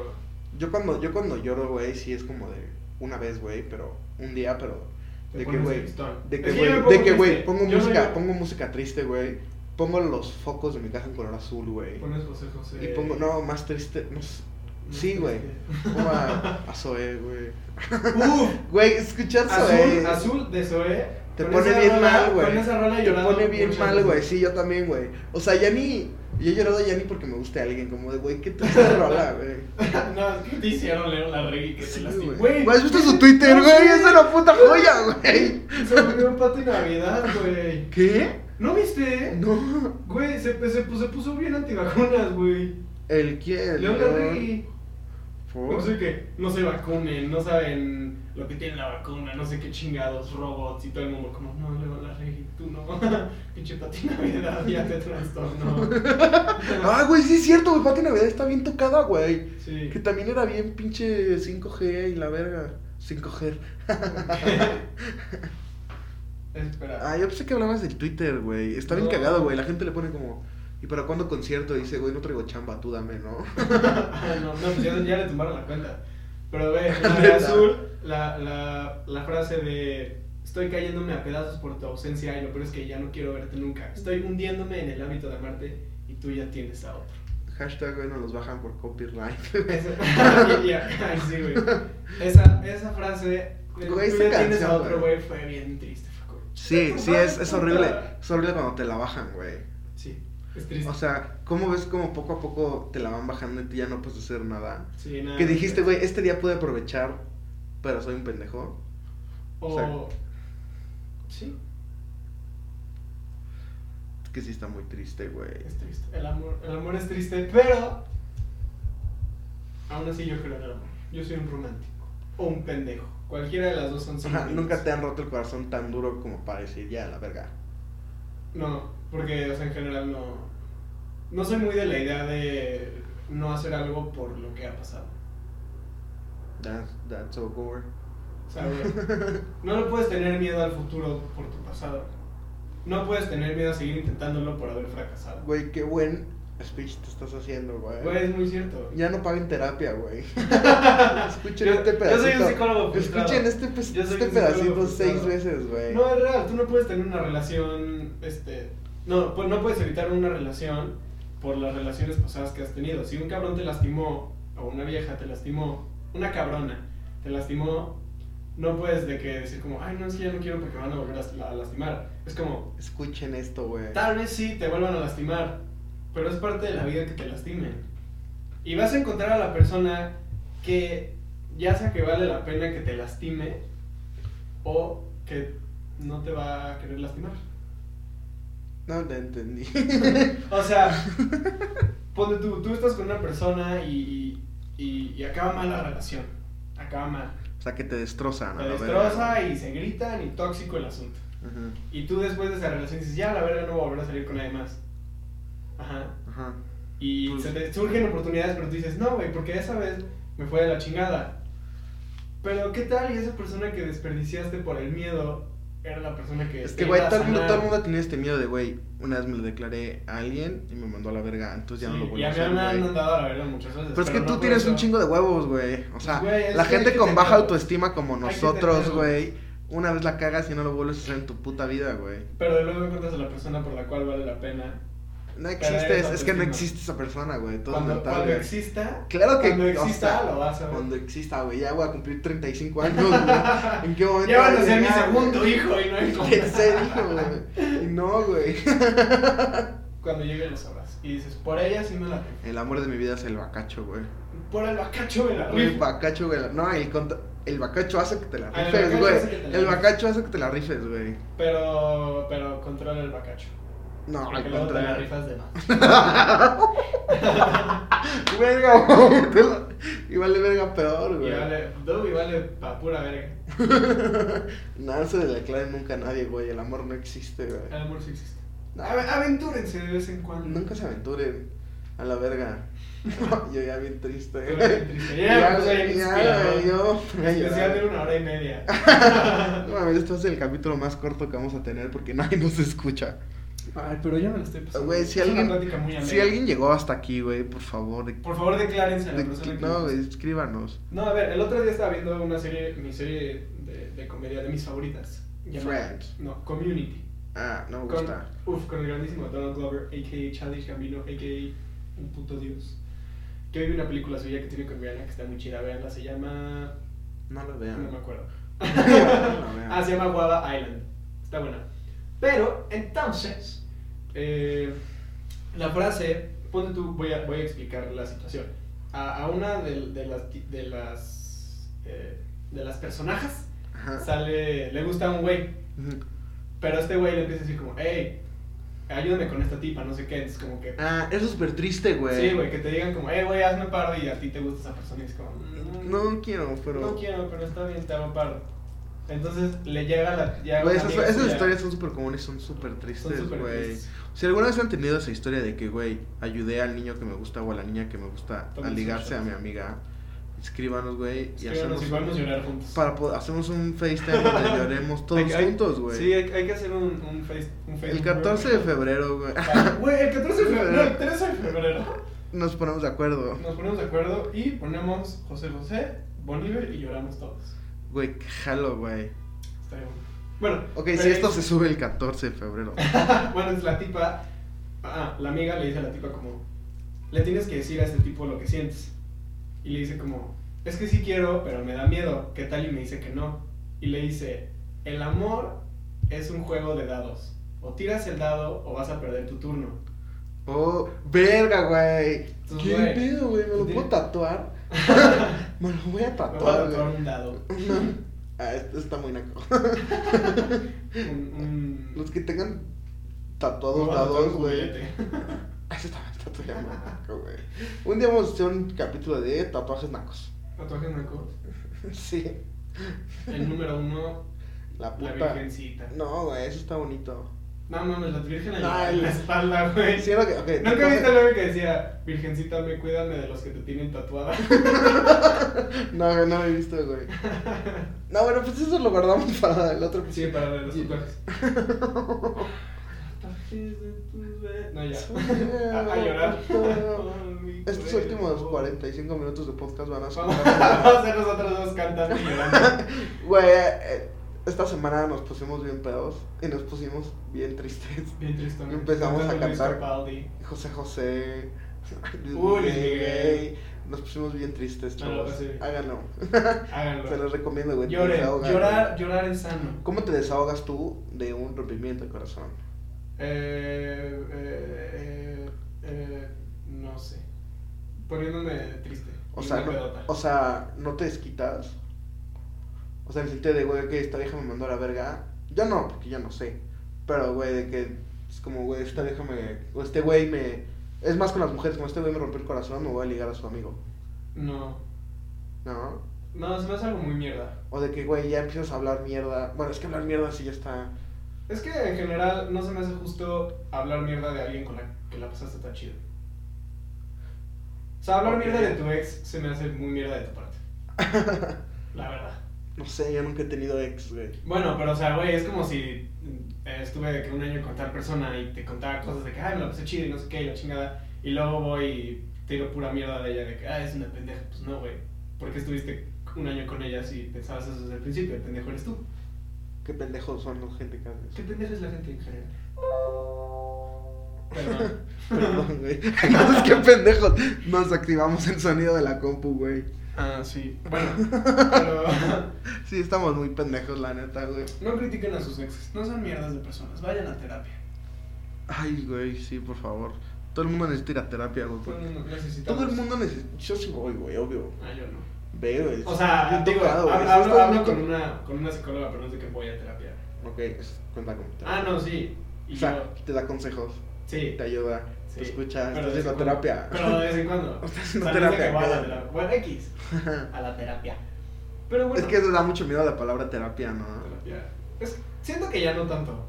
Speaker 1: Yo cuando, yo cuando lloro, güey, sí es como de una vez, güey, pero un día, pero.
Speaker 2: te
Speaker 1: De que,
Speaker 2: pones
Speaker 1: güey,
Speaker 2: tristón.
Speaker 1: De
Speaker 2: Es
Speaker 1: que,
Speaker 2: yo
Speaker 1: güey,
Speaker 2: me
Speaker 1: de
Speaker 2: pongo
Speaker 1: que, güey,
Speaker 2: triste.
Speaker 1: pongo
Speaker 2: Yo no
Speaker 1: música,
Speaker 2: lloro.
Speaker 1: pongo música triste, güey. Pongo los focos de mi casa en color azul, güey.
Speaker 2: Pones José José.
Speaker 1: Y pongo, no, más triste, no sé,
Speaker 2: Más
Speaker 1: sí, güey.
Speaker 2: triste.
Speaker 1: Pongo a, a Zoé, güey.
Speaker 2: Uf,
Speaker 1: Güey, escuchar Zoé.
Speaker 2: azul, azul de Zoé.
Speaker 1: Te
Speaker 2: con
Speaker 1: pone
Speaker 2: esa
Speaker 1: bien
Speaker 2: rola-
Speaker 1: mal, güey.
Speaker 2: Con esa rola
Speaker 1: Te
Speaker 2: llorando.
Speaker 1: pone bien
Speaker 2: muchas
Speaker 1: mal,
Speaker 2: veces.
Speaker 1: güey. Sí, yo también, güey. O sea, ya ni, yo he llorado ya ni porque me guste alguien, como de, güey, qué triste rola, güey.
Speaker 2: no, es que te hicieron leer la reggae que te
Speaker 1: Sí,
Speaker 2: lastimó.
Speaker 1: güey. Güey, ¿Has visto su Twitter, güey? Es una puta joya, güey.
Speaker 2: Se volvió un pato de Navidad, güey.
Speaker 1: ¿Qué?
Speaker 2: ¿No viste?
Speaker 1: No.
Speaker 2: Güey, pues, se, se, se puso bien antivacunas, güey.
Speaker 1: ¿El quién?
Speaker 2: León
Speaker 1: León?
Speaker 2: Larregui.
Speaker 1: ¿Por?
Speaker 2: No sé qué, no se vacunen, no saben lo que tiene la vacuna, no sé qué chingados, robots y todo el mundo como, no, le va la regla y tú no, pinche patina Navidad, ya te trastornó.
Speaker 1: Ah, güey, sí es cierto, güey. Pati Navidad está bien tocada, güey.
Speaker 2: Sí.
Speaker 1: Que también era bien pinche 5G y la verga. 5G.
Speaker 2: Espera.
Speaker 1: Ah, yo pensé que hablabas del Twitter, güey. Está bien
Speaker 2: No.
Speaker 1: cagado, güey. La gente le pone como, ¿y para cuándo concierto? Y dice, güey, no traigo chamba, tú dame, ¿no?
Speaker 2: Ah, no, no, pues ya, ya le tumbaron la cuenta. Pero ve, la de azul, la, la, la frase de estoy cayéndome a pedazos por tu ausencia y lo peor es que ya no quiero verte nunca. Estoy hundiéndome en el hábito de amarte y tú ya tienes a otro.
Speaker 1: Hashtag, güey, nos los bajan por copyright. güey.
Speaker 2: Esa, y- y- ay, sí, güey. Esa, esa frase de
Speaker 1: Güey,
Speaker 2: tú
Speaker 1: esa
Speaker 2: ya tienes a
Speaker 1: canción,
Speaker 2: otro,
Speaker 1: güey.
Speaker 2: güey, fue bien triste. fue como,
Speaker 1: Sí, sí, es, es
Speaker 2: puta.
Speaker 1: horrible. Es horrible cuando te la bajan, güey.
Speaker 2: Sí, es triste.
Speaker 1: O sea, ¿cómo ves como poco a poco te la van bajando y tú ya no puedes hacer nada?
Speaker 2: Sí, nada,
Speaker 1: Que dijiste, güey, este día pude aprovechar, pero soy un pendejo.
Speaker 2: O...
Speaker 1: o sea-
Speaker 2: Sí,
Speaker 1: Es que sí está muy triste, güey.
Speaker 2: es triste. El amor, el amor es triste, pero... Aún así yo creo en el amor. Yo soy un romántico. O un pendejo. Cualquiera de las dos son
Speaker 1: Ajá,
Speaker 2: sinónimos.
Speaker 1: nunca te han roto el corazón tan duro como para decir, ya, la verga.
Speaker 2: No, porque, o sea, en general no... No soy muy de la idea de no hacer algo por lo que ha pasado.
Speaker 1: That's, that's so gore.
Speaker 2: O sea, güey, no le puedes tener miedo al futuro por tu pasado. No puedes tener miedo a seguir intentándolo por haber fracasado.
Speaker 1: Güey, qué buen speech te estás haciendo, güey.
Speaker 2: Ah. Güey, es muy cierto.
Speaker 1: Ya no paguen terapia, güey. Escuchen
Speaker 2: Yo-
Speaker 1: este
Speaker 2: yo
Speaker 1: pedacito.
Speaker 2: soy un psicólogo frustrado.
Speaker 1: Escuchen este, pe-
Speaker 2: Yo soy
Speaker 1: este
Speaker 2: un
Speaker 1: pedacito
Speaker 2: psicólogo
Speaker 1: seis
Speaker 2: frustrado.
Speaker 1: veces, güey.
Speaker 2: No, es real. Tú no puedes tener una relación, este... No, pues no puedes evitar una relación por las relaciones pasadas que has tenido. Si un cabrón te lastimó, o una vieja te lastimó, una cabrona te lastimó, no puedes de que decir como, ay, no, es que ya no quiero porque me van a volver a la- a lastimar. Es como,
Speaker 1: Escuchen esto, güey.
Speaker 2: Tal vez sí te vuelvan a lastimar, pero es parte de la vida que te lastimen. Y vas a encontrar a la persona que ya sea que vale la pena que te lastime o que no te va a querer lastimar.
Speaker 1: No te entendí.
Speaker 2: O sea, ponte tú, tú estás con una persona y, y- y acaba mal la relación. Acaba mal.
Speaker 1: O sea, que te destrozan. a
Speaker 2: Te
Speaker 1: la
Speaker 2: destroza
Speaker 1: Ah, verga.
Speaker 2: y se gritan y tóxico el asunto.
Speaker 1: Ajá,
Speaker 2: Y tú después de esa relación dices, ya la verdad no voy a volver a salir con nadie más. Ajá.
Speaker 1: ajá.
Speaker 2: Y
Speaker 1: Pues-
Speaker 2: se te surgen oportunidades, pero tú dices, no, güey, porque esa vez me fue de la chingada. Pero, ¿qué tal? Y esa persona que desperdiciaste por el miedo era la persona que.
Speaker 1: Es
Speaker 2: te
Speaker 1: que, güey,
Speaker 2: iba a
Speaker 1: todo el mundo,
Speaker 2: sanar.
Speaker 1: todo el mundo tenía este miedo de, güey, una vez me lo declaré a alguien y me mandó a la verga, entonces Pues ya
Speaker 2: Sí,
Speaker 1: no lo
Speaker 2: Y
Speaker 1: voy a
Speaker 2: a mí me
Speaker 1: hacer,
Speaker 2: han
Speaker 1: güey.
Speaker 2: andado a la verga muchas veces.
Speaker 1: Pero es que
Speaker 2: no
Speaker 1: tú
Speaker 2: por
Speaker 1: tienes
Speaker 2: eso- Pues,
Speaker 1: un chingo de huevos, güey. O sea,
Speaker 2: Güey, es
Speaker 1: la
Speaker 2: que hay
Speaker 1: gente
Speaker 2: que
Speaker 1: con baja
Speaker 2: tenerlo.
Speaker 1: autoestima como
Speaker 2: Hay que
Speaker 1: nosotros,
Speaker 2: tenerlo.
Speaker 1: güey, una vez la cagas y no lo vuelves a hacer en tu puta vida, güey.
Speaker 2: Pero luego encuentras a la persona por la cual vale la pena.
Speaker 1: No
Speaker 2: Pero
Speaker 1: existe, es que
Speaker 2: es
Speaker 1: no
Speaker 2: autoestima.
Speaker 1: existe esa persona, güey. Todo es
Speaker 2: Cuando,
Speaker 1: mental,
Speaker 2: cuando
Speaker 1: güey.
Speaker 2: exista.
Speaker 1: Claro que
Speaker 2: Cuando
Speaker 1: o
Speaker 2: exista,
Speaker 1: sea,
Speaker 2: lo vas a ver.
Speaker 1: Cuando exista, güey. Ya voy a cumplir 35 años, güey. ¿En qué momento?
Speaker 2: Ya van a
Speaker 1: voy
Speaker 2: ser mi
Speaker 1: llegar,
Speaker 2: segundo
Speaker 1: güey?
Speaker 2: hijo y no hay como-
Speaker 1: En serio, güey. Y No, güey.
Speaker 2: Cuando lleguen los horas. Y dices, por ella sí me la tengo.
Speaker 1: El amor de mi vida es el bacacho, güey.
Speaker 2: Por el bacacho me la
Speaker 1: El
Speaker 2: rifo.
Speaker 1: bacacho, güey. No, el, contra- el bacacho hace que te la
Speaker 2: Ah, el
Speaker 1: rifes,
Speaker 2: bacacho
Speaker 1: güey.
Speaker 2: hace que te la
Speaker 1: El
Speaker 2: rifes.
Speaker 1: bacacho hace que te la rifes, güey.
Speaker 2: Pero, pero controla el bacacho.
Speaker 1: No,
Speaker 2: Porque
Speaker 1: al
Speaker 2: luego te la
Speaker 1: contrario.
Speaker 2: rifas de más.
Speaker 1: Verga, güey. te la- Y vale verga peor,
Speaker 2: Y
Speaker 1: güey.
Speaker 2: vale, Dobby vale pa' pura verga.
Speaker 1: Nada, no se le declare nunca a nadie, güey. El amor no existe, güey.
Speaker 2: El amor sí existe.
Speaker 1: No,
Speaker 2: Ave- Aventúrense de vez en cuando.
Speaker 1: Nunca se aventuren a la verga. Yo ya bien triste.
Speaker 2: Yo ya bien triste. Ya,
Speaker 1: Ya,
Speaker 2: pues,
Speaker 1: güey,
Speaker 2: ya
Speaker 1: ya,
Speaker 2: inspirado.
Speaker 1: güey, yo.
Speaker 2: Especial de una hora y media.
Speaker 1: No mames, este esto es el capítulo más corto que vamos a tener porque nadie nos escucha.
Speaker 2: Ay, pero yo me lo estoy pasando.
Speaker 1: Güey, si
Speaker 2: es
Speaker 1: alguien-
Speaker 2: Una plática muy amena.
Speaker 1: Si alguien llegó hasta aquí, güey, por favor. de-
Speaker 2: Por favor, declárense a la
Speaker 1: de-
Speaker 2: persona que.
Speaker 1: no, güey, escríbanos.
Speaker 2: No, a ver, el otro día estaba viendo una serie, mi serie de, de comedia de mis favoritas. Llamada-
Speaker 1: Friends.
Speaker 2: No, Community.
Speaker 1: Ah, no me
Speaker 2: Con,
Speaker 1: gusta.
Speaker 2: uf, con el grandísimo Donald Glover, a.k.a. Childish Gambino, a.k.a. un puto dios. Que hay una película suya que tiene colombiana que está muy chida, veanla, se llama...
Speaker 1: No lo
Speaker 2: no me
Speaker 1: vean.
Speaker 2: acuerdo.
Speaker 1: vean.
Speaker 2: ah, se llama Guava Island, está buena. Pero, entonces, eh, la frase, ponte tú, voy a, voy a explicar la situación. A, a una de, de las... ti- De las eh, de las personajes
Speaker 1: Ajá.
Speaker 2: sale, le gusta un güey,
Speaker 1: Ujú.
Speaker 2: pero este güey le empieza a decir como, hey, ayúdame con esta tipa, no sé qué, entonces como que...
Speaker 1: Ah, eso es súper triste, güey.
Speaker 2: Sí, güey, que te digan como, eh, güey, hazme paro y a ti te gusta esa persona y es como... mm,
Speaker 1: No quiero, pero.
Speaker 2: No quiero, pero está bien, te hago paro. Entonces le llega la... ya
Speaker 1: Güey,
Speaker 2: una
Speaker 1: esas,
Speaker 2: amiga
Speaker 1: esas
Speaker 2: suya-
Speaker 1: historias son súper comunes, son súper
Speaker 2: son
Speaker 1: tristes,
Speaker 2: súper
Speaker 1: güey.
Speaker 2: tristes.
Speaker 1: Si alguna vez han tenido esa historia de que, güey, ayudé al niño que me gusta o a la niña que me gusta a
Speaker 2: Tomen
Speaker 1: ligarse a mi
Speaker 2: screenshots.
Speaker 1: amiga, escríbanos, güey, y
Speaker 2: Escríbanos
Speaker 1: hacemos.
Speaker 2: y podemos llorar juntos.
Speaker 1: Para po- hacemos un FaceTime donde lloremos todos
Speaker 2: Hay que- hay-
Speaker 1: juntos, güey.
Speaker 2: Sí, hay, hay que hacer un, un, face, un
Speaker 1: el
Speaker 2: Facebook,
Speaker 1: 14 de
Speaker 2: güey.
Speaker 1: febrero, güey.
Speaker 2: Güey, el 14 de febrero, no, el 13 de febrero.
Speaker 1: Nos ponemos de acuerdo.
Speaker 2: Nos ponemos de acuerdo y ponemos José José, Bolívar y lloramos todos.
Speaker 1: Güey, qué jalo, güey.
Speaker 2: Está bien. Bueno.
Speaker 1: Ok,
Speaker 2: pero-
Speaker 1: si esto se sube el 14 de febrero.
Speaker 2: bueno, es la tipa. Ah, la amiga le dice a la tipa como, le tienes que decir a este tipo lo que sientes. Y le dice como, es que sí quiero, pero me da miedo. ¿Qué tal? Y me dice que no. Y le dice, el amor es un juego de dados. O tiras el dado o vas a perder tu turno.
Speaker 1: Oh, verga, güey.
Speaker 2: Entonces,
Speaker 1: ¿Qué
Speaker 2: güey,
Speaker 1: pedo, güey? ¿Me lo
Speaker 2: tiene-
Speaker 1: puedo tatuar? Me lo voy a
Speaker 2: Me voy a
Speaker 1: tatuar,
Speaker 2: tatuar
Speaker 1: güey.
Speaker 2: un dado.
Speaker 1: Ah, esto está muy naco.
Speaker 2: Un, un-
Speaker 1: Los que tengan
Speaker 2: me
Speaker 1: tatuados
Speaker 2: voy a tatuar
Speaker 1: dados,
Speaker 2: un
Speaker 1: güey.
Speaker 2: juguete.
Speaker 1: Ah, Eso también está todavía más naco, güey. Un día vamos a hacer un capítulo de tatuajes nacos.
Speaker 2: Tatuaje naco.
Speaker 1: Sí.
Speaker 2: El número uno,
Speaker 1: La
Speaker 2: la
Speaker 1: puta.
Speaker 2: virgencita.
Speaker 1: No, güey, eso está bonito.
Speaker 2: No mames, la virgen en
Speaker 1: Ah,
Speaker 2: la, en la
Speaker 1: el-
Speaker 2: espalda, güey.
Speaker 1: Sí, era que, ok,
Speaker 2: ¿No que
Speaker 1: tatuaje-
Speaker 2: viste lo que decía, Virgencita, me cuídame de los que te tienen tatuada?
Speaker 1: No, güey, no lo he visto, güey. No, bueno, pues eso lo guardamos para el otro
Speaker 2: sí,
Speaker 1: episodio.
Speaker 2: para ver los
Speaker 1: Sí.
Speaker 2: tatuajes. Tatuajes de tus ve- No,
Speaker 1: Sí,
Speaker 2: ya. A, a llorar.
Speaker 1: no.
Speaker 2: Por mi
Speaker 1: Estos
Speaker 2: cuerpo.
Speaker 1: últimos 45 minutos de podcast van a ser.
Speaker 2: Vamos a hacer nosotros dos cantando y llorando.
Speaker 1: Güey, eh, esta semana nos pusimos bien pedos y nos pusimos bien tristes.
Speaker 2: Bien tristón.
Speaker 1: Empezamos a
Speaker 2: Cantando Luis
Speaker 1: cantar.
Speaker 2: Capaldi.
Speaker 1: José José. Luis
Speaker 2: Uy, Luis
Speaker 1: Miguel.
Speaker 2: Miguel.
Speaker 1: Nos pusimos bien tristes,
Speaker 2: No lo
Speaker 1: chavos.
Speaker 2: pasé bien.
Speaker 1: Háganlo. Se
Speaker 2: Háganlo.
Speaker 1: los recomiendo, güey. te
Speaker 2: Lloren.
Speaker 1: desahogan,
Speaker 2: Llorar,
Speaker 1: güey.
Speaker 2: llorar es sano.
Speaker 1: ¿Cómo te desahogas tú de un rompimiento de corazón?
Speaker 2: Eh, eh, eh, eh, no sé. Poniéndome triste.
Speaker 1: O
Speaker 2: y
Speaker 1: sea,
Speaker 2: una
Speaker 1: no,
Speaker 2: pedota.
Speaker 1: o sea, no te desquitas. O sea, el sentido de, güey, que esta vieja me mandó a la verga. Yo no, porque yo no sé. Pero, güey, de que es como, güey, esta vieja me. O este güey me. Es más con las mujeres, como este güey me rompió el corazón, me voy a ligar a su amigo.
Speaker 2: No.
Speaker 1: ¿No?
Speaker 2: No, se me hace algo muy mierda.
Speaker 1: O de que, güey, ya empiezas a hablar mierda. Bueno, es que hablar mierda sí ya está.
Speaker 2: Es que en general no se me hace justo hablar mierda de alguien con la que la pasaste tan chido. O sea, hablar
Speaker 1: Ok.
Speaker 2: mierda de tu ex se me hace muy mierda de tu parte. la verdad.
Speaker 1: No sé, yo nunca he tenido ex, güey.
Speaker 2: Bueno, pero o sea, güey, es como si mm, eh, estuve de que un año con tal persona y te contaba cosas de que, ay, me la pasé chido y no sé qué, y la chingada. Y luego voy y tiro pura mierda de ella de que, ah, es una pendeja. Pues no, güey. ¿Por qué estuviste un año con ella si pensabas eso desde el principio? El pendejo eres tú.
Speaker 1: Qué pendejos son los gente que hace
Speaker 2: ¿Qué
Speaker 1: eso.
Speaker 2: pendeja es la gente en general? Perdón.
Speaker 1: Perdón, güey. Entonces, qué pendejos. Nos activamos el sonido de la compu, güey.
Speaker 2: Ah, sí. Bueno, pero
Speaker 1: Sí, estamos muy pendejos, la neta, güey.
Speaker 2: no critiquen a sus exes. No son mierdas de personas. Vayan a terapia.
Speaker 1: Ay, güey, sí, por favor. Todo el mundo necesita ir a terapia, güey.
Speaker 2: Todo
Speaker 1: porque-
Speaker 2: el mundo Pues necesitamos.
Speaker 1: Todo el mundo necesita. Yo sí voy, güey, obvio.
Speaker 2: Ah, yo no.
Speaker 1: Ve, güey.
Speaker 2: O sea,
Speaker 1: Bien
Speaker 2: digo,
Speaker 1: tocado, güey.
Speaker 2: hablo,
Speaker 1: Sí,
Speaker 2: hablo,
Speaker 1: estás
Speaker 2: hablo
Speaker 1: bien
Speaker 2: con,
Speaker 1: to-
Speaker 2: una, con una psicóloga, pero no sé que voy a terapia.
Speaker 1: Ok, es- cuenta con.
Speaker 2: Ah, no, sí. Y
Speaker 1: O sea,
Speaker 2: yo-
Speaker 1: te da consejos,
Speaker 2: sí.
Speaker 1: te ayuda,
Speaker 2: sí.
Speaker 1: te escucha,
Speaker 2: Pero
Speaker 1: estás
Speaker 2: de vez
Speaker 1: haciendo
Speaker 2: en cuando-
Speaker 1: terapia.
Speaker 2: Pero de vez en cuando.
Speaker 1: Estás haciendo
Speaker 2: O sea, no es de que
Speaker 1: terapia,
Speaker 2: voy a la
Speaker 1: claro.
Speaker 2: terapia. Bueno, X. A la terapia. Pero bueno.
Speaker 1: Es que da mucho miedo la palabra terapia, ¿no?
Speaker 2: terapia. Es- siento que ya no tanto.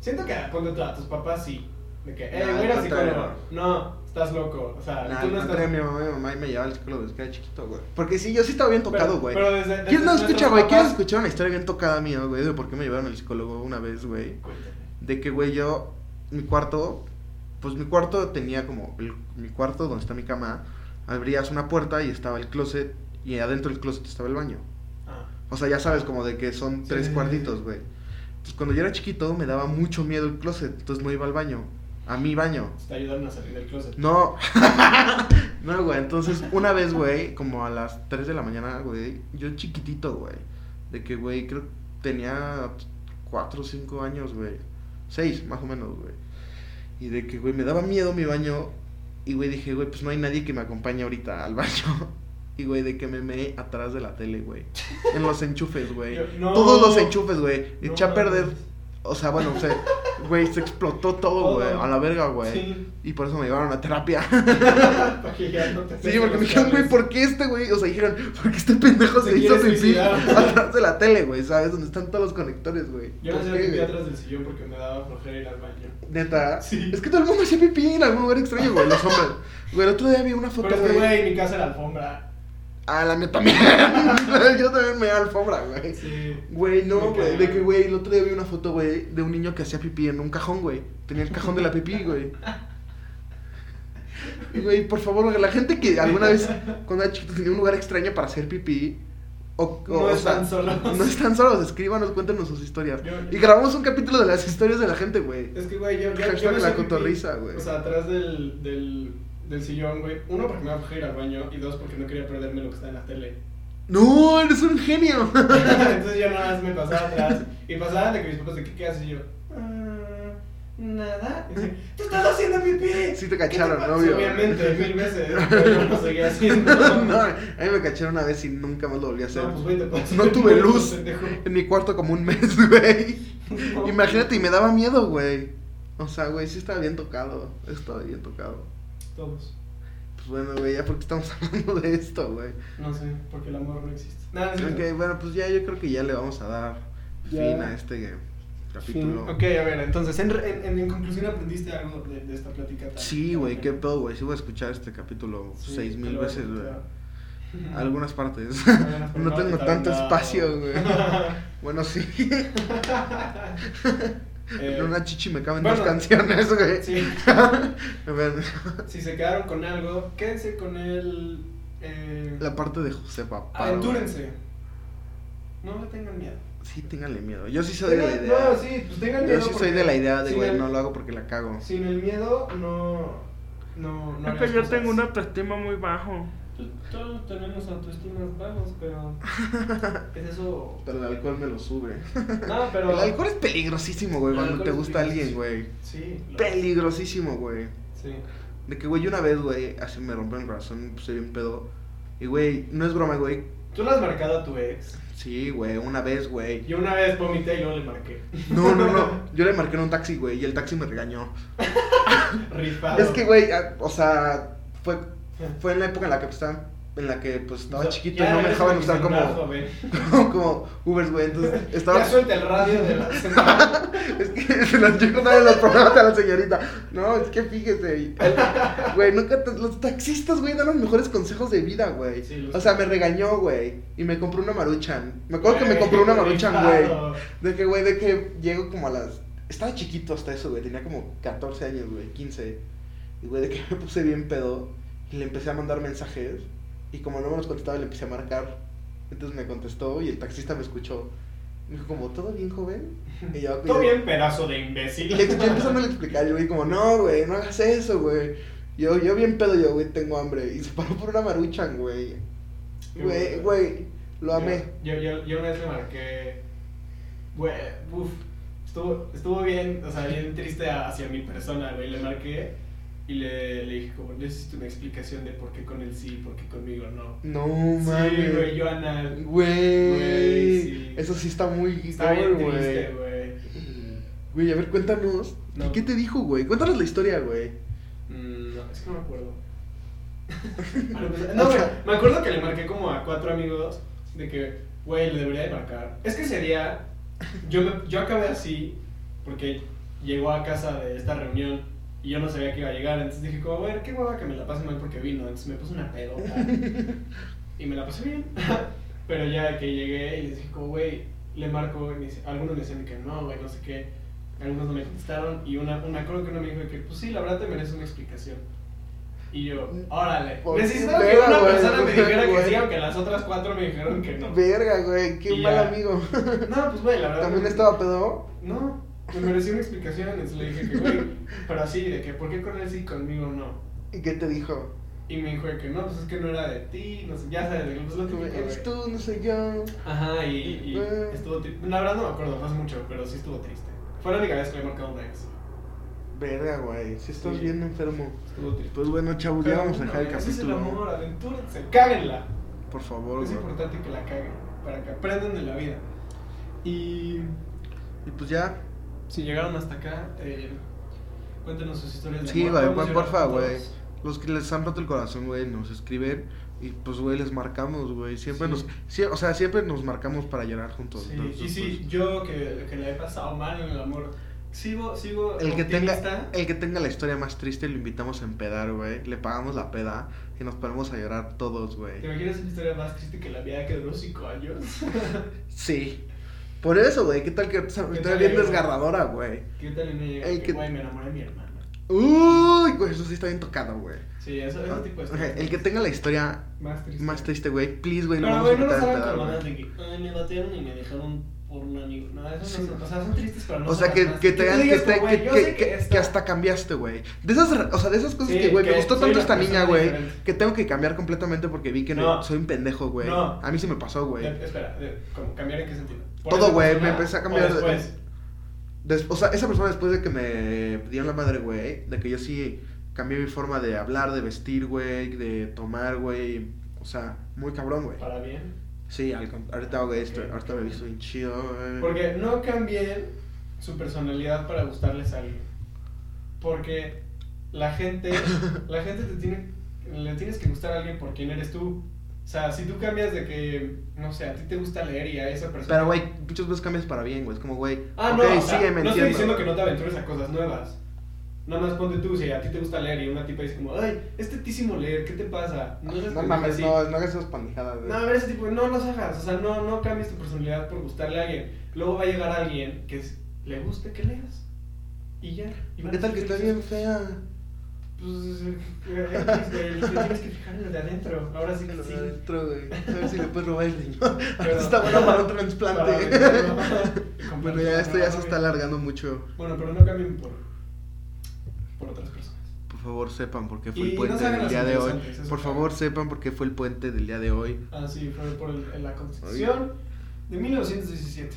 Speaker 2: Siento que ponte tú, a tus papás sí. De que, eh,
Speaker 1: No,
Speaker 2: voy a ir al
Speaker 1: al
Speaker 2: psicólogo.
Speaker 1: contrario.
Speaker 2: No, estás loco. O sea,
Speaker 1: Nah,
Speaker 2: tú
Speaker 1: al
Speaker 2: no estás.
Speaker 1: contrario, mi mamá, mi mamá y me llevaba al psicólogo desde que era chiquito, güey. Porque sí, yo sí estaba bien
Speaker 2: Pero-
Speaker 1: tocado, güey.
Speaker 2: pero desde- desde
Speaker 1: ¿Quién no escucha,
Speaker 2: nuestros
Speaker 1: güey? ¿Quieres
Speaker 2: papás-
Speaker 1: escuchar una historia bien tocada mía, güey? De por qué me llevaron al psicólogo una vez, güey.
Speaker 2: Cuéntame.
Speaker 1: de que, güey, yo, mi cuarto, pues mi cuarto tenía como, el- mi cuarto donde está mi cama, abrías una puerta y estaba el closet, y adentro del closet estaba el baño.
Speaker 2: Ah,
Speaker 1: O sea, ya sabes, como de que son
Speaker 2: Sí,
Speaker 1: tres
Speaker 2: sí, sí,
Speaker 1: cuartitos,
Speaker 2: sí.
Speaker 1: güey. Entonces, cuando yo era chiquito, me daba mucho miedo el closet, entonces no iba al baño, a mi baño.
Speaker 2: pues te ayudaron a salir del closet.
Speaker 1: No, no, güey, entonces una vez, güey, como a las 3 de la mañana, güey, yo chiquitito, güey, de que, güey, creo que tenía 4 o 5 años, güey, 6 más o menos, güey, y de que, güey, me daba miedo mi baño, y, güey, dije, güey, pues no hay nadie que me acompañe ahorita al baño, y, güey, de que me meé atrás de la tele, güey, en los enchufes, güey,
Speaker 2: Yo- no.
Speaker 1: todos los enchufes, güey, eché
Speaker 2: No
Speaker 1: a perder,
Speaker 2: mames.
Speaker 1: o sea, bueno, o sea, Güey, se explotó todo,
Speaker 2: Todo.
Speaker 1: güey. A la verga, güey.
Speaker 2: Sí.
Speaker 1: Y por eso me llevaron a terapia.
Speaker 2: Para que ya no te
Speaker 1: Sí, porque me dijeron, güey, ¿por qué este güey? O sea, dijeron, ¿por qué este pendejo
Speaker 2: Se
Speaker 1: se hizo
Speaker 2: quiere
Speaker 1: pipí
Speaker 2: suicidar.
Speaker 1: atrás de la tele, güey? ¿Sabes? Donde están todos los conectores, güey.
Speaker 2: Yo me
Speaker 1: ¿Por
Speaker 2: hacía
Speaker 1: qué,
Speaker 2: pipí
Speaker 1: güey?
Speaker 2: atrás del sillón porque me daba flojera ir al baño.
Speaker 1: Neta.
Speaker 2: Sí.
Speaker 1: Es que todo el mundo hace pipí en algún lugar extraño, güey. Los hombres. Güey, el otro día vi una
Speaker 2: Pero
Speaker 1: foto,
Speaker 2: es que,
Speaker 1: güey.
Speaker 2: güey, mi casa era alfombra.
Speaker 1: Ah, la mía también. Yo también me da alfombra, güey.
Speaker 2: Sí.
Speaker 1: Güey, no,
Speaker 2: Me
Speaker 1: güey.
Speaker 2: cae.
Speaker 1: De que, güey, el otro día vi una foto, güey, de un niño que hacía pipí en un cajón, güey. Tenía el cajón de la pipí, güey. Y, Güey, por favor, güey, la gente que alguna vez cuando era chiquito tenía un lugar extraño para hacer pipí. O, o-
Speaker 2: No
Speaker 1: o sea,
Speaker 2: están solos.
Speaker 1: No están solos, escríbanos, cuéntenos sus historias.
Speaker 2: Yo-
Speaker 1: Y grabamos un capítulo de las historias de la gente, güey.
Speaker 2: Es que, güey, yo, yo,
Speaker 1: Hashtag
Speaker 2: yo me
Speaker 1: la
Speaker 2: hacía pipí,
Speaker 1: cotorriza, güey.
Speaker 2: O sea, atrás del, del, del sillón, güey. Uno, porque me daba flojera ir al baño. Y dos, porque no quería perderme lo que está en la tele.
Speaker 1: ¡No! ¡Eres un genio!
Speaker 2: Entonces yo nada más me pasaba atrás. Y pasaba de que mis papás, de, ¿qué, qué haces? Y yo, "Ah, nada. Y dice, ¡tú estás haciendo pipí!
Speaker 1: Sí te
Speaker 2: ¿Qué
Speaker 1: cacharon,
Speaker 2: pasa?"
Speaker 1: obvio.
Speaker 2: Obviamente, mil veces. Pero yo lo seguía haciendo.
Speaker 1: No, a mí me cacharon una vez y nunca más lo volví a hacer.
Speaker 2: No, pues, güey, te pasas.
Speaker 1: No tuve luz
Speaker 2: Pendejo.
Speaker 1: en mi cuarto como un mes, güey. Imagínate, y me daba miedo, güey. O sea, güey, sí estaba bien tocado. Estaba bien tocado.
Speaker 2: Todos.
Speaker 1: Pues bueno, güey, ya porque estamos hablando de esto, güey.
Speaker 2: No sé, porque el amor no existe. Nada, no es cierto.
Speaker 1: Ok, bueno, pues ya yo creo que ya le vamos a dar
Speaker 2: Ya.
Speaker 1: fin a este capítulo.
Speaker 2: Ok, a ver, entonces, en, re- en, en- en conclusión, ¿aprendiste algo de, de esta plática? tan-
Speaker 1: Sí,
Speaker 2: tan
Speaker 1: güey, qué
Speaker 2: genial?
Speaker 1: pedo, güey. Sí voy a escuchar este capítulo
Speaker 2: Sí,
Speaker 1: seis
Speaker 2: te
Speaker 1: mil
Speaker 2: lo vas a
Speaker 1: veces, güey.
Speaker 2: escuchar.
Speaker 1: Algunas partes.
Speaker 2: Algunas
Speaker 1: no
Speaker 2: partes,
Speaker 1: tengo
Speaker 2: tal
Speaker 1: tanto
Speaker 2: lado.
Speaker 1: espacio, güey. Bueno, sí.
Speaker 2: Eh,
Speaker 1: en una chichi me caben
Speaker 2: bueno,
Speaker 1: dos canciones, güey.
Speaker 2: Eh, sí.
Speaker 1: A ver,
Speaker 2: Si se quedaron con algo, quédense con el. eh,
Speaker 1: la parte de José Papá.
Speaker 2: aventúrense. No le tengan miedo.
Speaker 1: Sí, ténganle miedo. Yo sí soy de la
Speaker 2: Tengan-
Speaker 1: idea.
Speaker 2: No, sí, pues tengan
Speaker 1: Yo
Speaker 2: miedo.
Speaker 1: sí soy
Speaker 2: porque
Speaker 1: de la idea de,
Speaker 2: sin
Speaker 1: güey,
Speaker 2: el-
Speaker 1: no lo hago porque la cago.
Speaker 2: Sin el miedo, no. No, no. harías cosas.
Speaker 1: autoestima muy bajo.
Speaker 2: Pues, Todos tenemos autoestimas bajos, pero. ¿Qué es eso?
Speaker 1: Pero el alcohol me lo sube.
Speaker 2: No, pero.
Speaker 1: El alcohol es peligrosísimo, güey,
Speaker 2: El
Speaker 1: cuando
Speaker 2: alcohol
Speaker 1: te
Speaker 2: es
Speaker 1: gusta alguien, güey.
Speaker 2: Sí. lo-
Speaker 1: Peligrosísimo, güey.
Speaker 2: Sí.
Speaker 1: De que, güey, yo una vez, güey, así me rompió el corazón, puse bien pedo. Y, güey, no es broma, güey.
Speaker 2: Tú lo has marcado a tu ex.
Speaker 1: Sí, güey, una vez, güey.
Speaker 2: Yo una vez vomité y luego le marqué.
Speaker 1: No, no, no. Yo le marqué en un taxi, güey, y el taxi me regañó.
Speaker 2: Rifado.
Speaker 1: Es que, güey, ah, o sea, fue, fue en la época en la que, pues, estaba, en la que, pues, estaba
Speaker 2: O sea,
Speaker 1: chiquito y
Speaker 2: ya
Speaker 1: no me
Speaker 2: eres
Speaker 1: dejaban
Speaker 2: un
Speaker 1: usar
Speaker 2: millonazo,
Speaker 1: como,
Speaker 2: güey.
Speaker 1: como, como Ubers, güey. Entonces, estaba...
Speaker 2: Ya suelta el radio de la semana.
Speaker 1: Es que se las yo contaba en los programas a la señorita. No, es que fíjese. y- Güey, nunca. te- los taxistas, güey, dan los mejores consejos de vida, güey.
Speaker 2: Sí, los-
Speaker 1: o sea, me regañó, güey. Y me compró una maruchan. Me acuerdo que me compró una maruchan, güey. De que, güey, de que llego como a las. Estaba chiquito hasta eso, güey. Tenía como 14 años, güey, 15. Y, güey, de que me puse bien pedo. Y le empecé a mandar mensajes. Y como no me los contestaba, le empecé a marcar. Entonces me contestó y el taxista me escuchó. Me dijo, como, ¿todo bien, joven? Y yo,
Speaker 2: Todo bien, pedazo de imbécil.
Speaker 1: y le, yo empezando a explicar, yo güey, como, no, güey, no hagas eso, güey. Yo, yo bien pedo, yo, güey, tengo hambre. Y se paró por una maruchan, güey. Güey, güey, lo amé.
Speaker 2: Yo, yo, yo una vez le marqué. Güey, uff. Estuvo, estuvo bien, o sea, bien triste hacia mi persona, güey. Le marqué y le, le dije, como, necesito una explicación de por qué con él sí, por qué conmigo no.
Speaker 1: No,
Speaker 2: sí, güey,
Speaker 1: mames.
Speaker 2: yo anal.
Speaker 1: Güey,
Speaker 2: Güey, sí.
Speaker 1: eso sí está muy
Speaker 2: Está bien
Speaker 1: gore,
Speaker 2: triste,
Speaker 1: güey.
Speaker 2: güey.
Speaker 1: Güey, a ver, cuéntanos.
Speaker 2: No.
Speaker 1: ¿Qué te dijo, güey? Cuéntanos la historia, güey.
Speaker 2: Mm, No, es que no me acuerdo.
Speaker 1: O
Speaker 2: no, güey,
Speaker 1: sea-
Speaker 2: me acuerdo que le marqué como a cuatro amigos de que, güey, le debería de marcar. Es que ese día, yo, me- yo acabé así porque llegó a casa de esta reunión y yo no sabía que iba a llegar. Entonces dije, como, güey, qué hueva que me la pase mal porque vino. Entonces me puse una pedota y me la pasé bien. Pero ya que llegué y les dije, como, güey, le marco. Y me dice- algunos me decían que no, güey, no sé qué. Algunos no me contestaron y una, una creo que uno me dijo que, pues sí, la verdad te mereces una explicación. Y yo, órale.
Speaker 1: Por
Speaker 2: Necesitaba que
Speaker 1: verga,
Speaker 2: una
Speaker 1: güey,
Speaker 2: persona me dijera que
Speaker 1: güey.
Speaker 2: sí, aunque las otras cuatro me dijeron que no.
Speaker 1: Verga, güey, qué
Speaker 2: Y
Speaker 1: mal
Speaker 2: ya.
Speaker 1: amigo.
Speaker 2: No, pues güey, la verdad.
Speaker 1: También
Speaker 2: me-
Speaker 1: estaba pedo.
Speaker 2: No, me merecí una explicación. Entonces le dije que, güey, pero así, de que, ¿por qué con él sí y conmigo no?
Speaker 1: ¿Y qué te dijo? Y
Speaker 2: Y me dijo de que no, pues es que no era de ti, no sé, ya sabes, de que pues lo que me
Speaker 1: Eres tú, no sé yo.
Speaker 2: Ajá, y, y
Speaker 1: Eh.
Speaker 2: estuvo triste. La verdad no me acuerdo, fue hace mucho, pero sí estuvo triste. Fue la única vez que le he marcado una ex.
Speaker 1: Verga, güey, si estás
Speaker 2: Sí.
Speaker 1: bien enfermo.
Speaker 2: Estuvo triste.
Speaker 1: Pues bueno, chavos, ya
Speaker 2: Pero
Speaker 1: vamos a
Speaker 2: bueno,
Speaker 1: dejar el
Speaker 2: Ese es el
Speaker 1: capítulo.
Speaker 2: amor, aventúrense, cáguenla.
Speaker 1: Por favor,
Speaker 2: Es
Speaker 1: güey.
Speaker 2: importante que la caguen para que aprendan de la vida. Y
Speaker 1: Y pues ya,
Speaker 2: si llegaron hasta acá, eh, cuéntenos sus historias de
Speaker 1: Sí,
Speaker 2: amor.
Speaker 1: güey,
Speaker 2: Podemos
Speaker 1: güey, porfa,
Speaker 2: llorar todos.
Speaker 1: güey. Los que les han roto el corazón, güey, nos escriben y pues, güey, les marcamos, güey. Siempre
Speaker 2: Sí.
Speaker 1: nos, sí, o sea, siempre nos marcamos para llorar juntos.
Speaker 2: Sí,
Speaker 1: entonces,
Speaker 2: y sí,
Speaker 1: pues,
Speaker 2: yo que, que la he pasado mal en el amor, sigo, sigo
Speaker 1: el que tenga,
Speaker 2: optimista.
Speaker 1: el que tenga la historia más triste lo invitamos a empedar, güey. Le pagamos la peda y nos ponemos a llorar todos,
Speaker 2: ¿Te
Speaker 1: güey.
Speaker 2: imaginas una historia más triste que la vida que duró 5 años?
Speaker 1: Sí. Por eso, güey, qué tal que esa
Speaker 2: ¿Qué
Speaker 1: historia
Speaker 2: tal,
Speaker 1: bien
Speaker 2: güey?
Speaker 1: desgarradora, güey.
Speaker 2: ¿Qué tal en ella?
Speaker 1: El
Speaker 2: que,
Speaker 1: que-
Speaker 2: güey, me enamoré de mi hermana.
Speaker 1: Uy, güey, eso sí está bien tocado, güey.
Speaker 2: Sí, eso, ese tipo de
Speaker 1: Ok,
Speaker 2: historias.
Speaker 1: el que tenga la historia
Speaker 2: más triste.
Speaker 1: más triste, güey, please, güey, lo
Speaker 2: Pero,
Speaker 1: vamos a
Speaker 2: güey, no
Speaker 1: invitar
Speaker 2: nos
Speaker 1: a
Speaker 2: hagan
Speaker 1: empedar, güey.
Speaker 2: colgadas de que, ay, me batearon y me dejaron por una ni... No, eso
Speaker 1: Sí.
Speaker 2: no son, o sea, son tristes, pero no
Speaker 1: O sea,
Speaker 2: son
Speaker 1: que,
Speaker 2: las más-
Speaker 1: que te
Speaker 2: tú
Speaker 1: hagan- que,
Speaker 2: digas
Speaker 1: te-
Speaker 2: como,
Speaker 1: que-
Speaker 2: "Güey, yo
Speaker 1: que-
Speaker 2: sé
Speaker 1: que-
Speaker 2: esta-
Speaker 1: que hasta cambiaste, güey. De esas, re- o sea, de esas cosas
Speaker 2: Sí,
Speaker 1: que, güey, me
Speaker 2: que
Speaker 1: gustó
Speaker 2: soy
Speaker 1: tanto
Speaker 2: una
Speaker 1: esta niña,
Speaker 2: persona
Speaker 1: güey,
Speaker 2: diferente.
Speaker 1: que tengo que cambiar completamente porque vi que no,
Speaker 2: No.
Speaker 1: soy un pendejo, güey.
Speaker 2: No.
Speaker 1: A mí sí me pasó, güey.
Speaker 2: De- espera, de- ¿cómo? ¿Cambiar en qué sentido? ¿Por
Speaker 1: Todo,
Speaker 2: esa
Speaker 1: güey,
Speaker 2: persona
Speaker 1: me empecé a
Speaker 2: o
Speaker 1: cambiar de-
Speaker 2: después?
Speaker 1: Des- o sea, esa persona después de que me dieron la madre, güey, de que yo sí cambié mi forma de hablar, de vestir, güey, de tomar, güey. O sea, muy cabrón, güey.
Speaker 2: Para bien.
Speaker 1: Sí, al con- ahorita, güey, estoy-
Speaker 2: Ok.
Speaker 1: ahorita me he visto bien chido, güey.
Speaker 2: Porque no cambié su personalidad para gustarles a alguien. Porque la gente, la gente te tiene, le tienes que gustar a alguien por quién eres tú. O sea, si tú cambias de que, no sé, a ti te gusta leer y a esa persona...
Speaker 1: Pero, güey, muchas veces cambias para bien, güey. Es como, güey,
Speaker 2: ah,
Speaker 1: ok,
Speaker 2: no, o
Speaker 1: sí,
Speaker 2: sea,
Speaker 1: me
Speaker 2: no estoy
Speaker 1: entiendo.
Speaker 2: diciendo que no te aventures a cosas nuevas. Nada más ponte tú, si a ti te gusta leer y una tipa dice como, ay, es tetísimo leer, ¿qué te pasa?
Speaker 1: Ah, No,
Speaker 2: seas pendeja
Speaker 1: mames,
Speaker 2: así".
Speaker 1: no, no hagas esas pandejadas, güey.
Speaker 2: No, a ver, ese tipo, no los hagas, o sea, no, no cambies tu personalidad por gustarle a alguien. Luego va a llegar alguien que es- le guste que leas. Y ya. Y van
Speaker 1: ¿Qué
Speaker 2: a
Speaker 1: tal que
Speaker 2: ser
Speaker 1: estás bien
Speaker 2: felices.
Speaker 1: fea?
Speaker 2: Pues, eh, güey, te tienes que fijar en lo de adentro. Ahora sí que sí.
Speaker 1: Adentro, güey. A ver si le puedes robar el niño. Ahora
Speaker 2: Pero-
Speaker 1: está bueno para un
Speaker 2: Para
Speaker 1: trasplante.
Speaker 2: venderlo.
Speaker 1: bueno, ya esto ya se está alargando mucho.
Speaker 2: Bueno, pero no cambien por, por otras personas.
Speaker 1: Por favor, sepan por qué fue
Speaker 2: Y
Speaker 1: el
Speaker 2: no
Speaker 1: puente
Speaker 2: se hagan
Speaker 1: del
Speaker 2: los
Speaker 1: día de hoy.
Speaker 2: interesantes, eso
Speaker 1: Por
Speaker 2: sí.
Speaker 1: favor, sepan por qué fue el puente del día de hoy.
Speaker 2: Ah, sí, fue por el- la Constitución de 1917.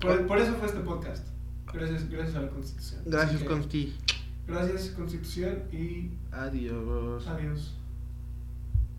Speaker 2: Por, por eso fue este podcast. Gracias, gracias a la Constitución.
Speaker 1: Gracias,
Speaker 2: Así que,
Speaker 1: Consti.
Speaker 2: Gracias, Constitución, y
Speaker 1: Adiós.
Speaker 2: adiós.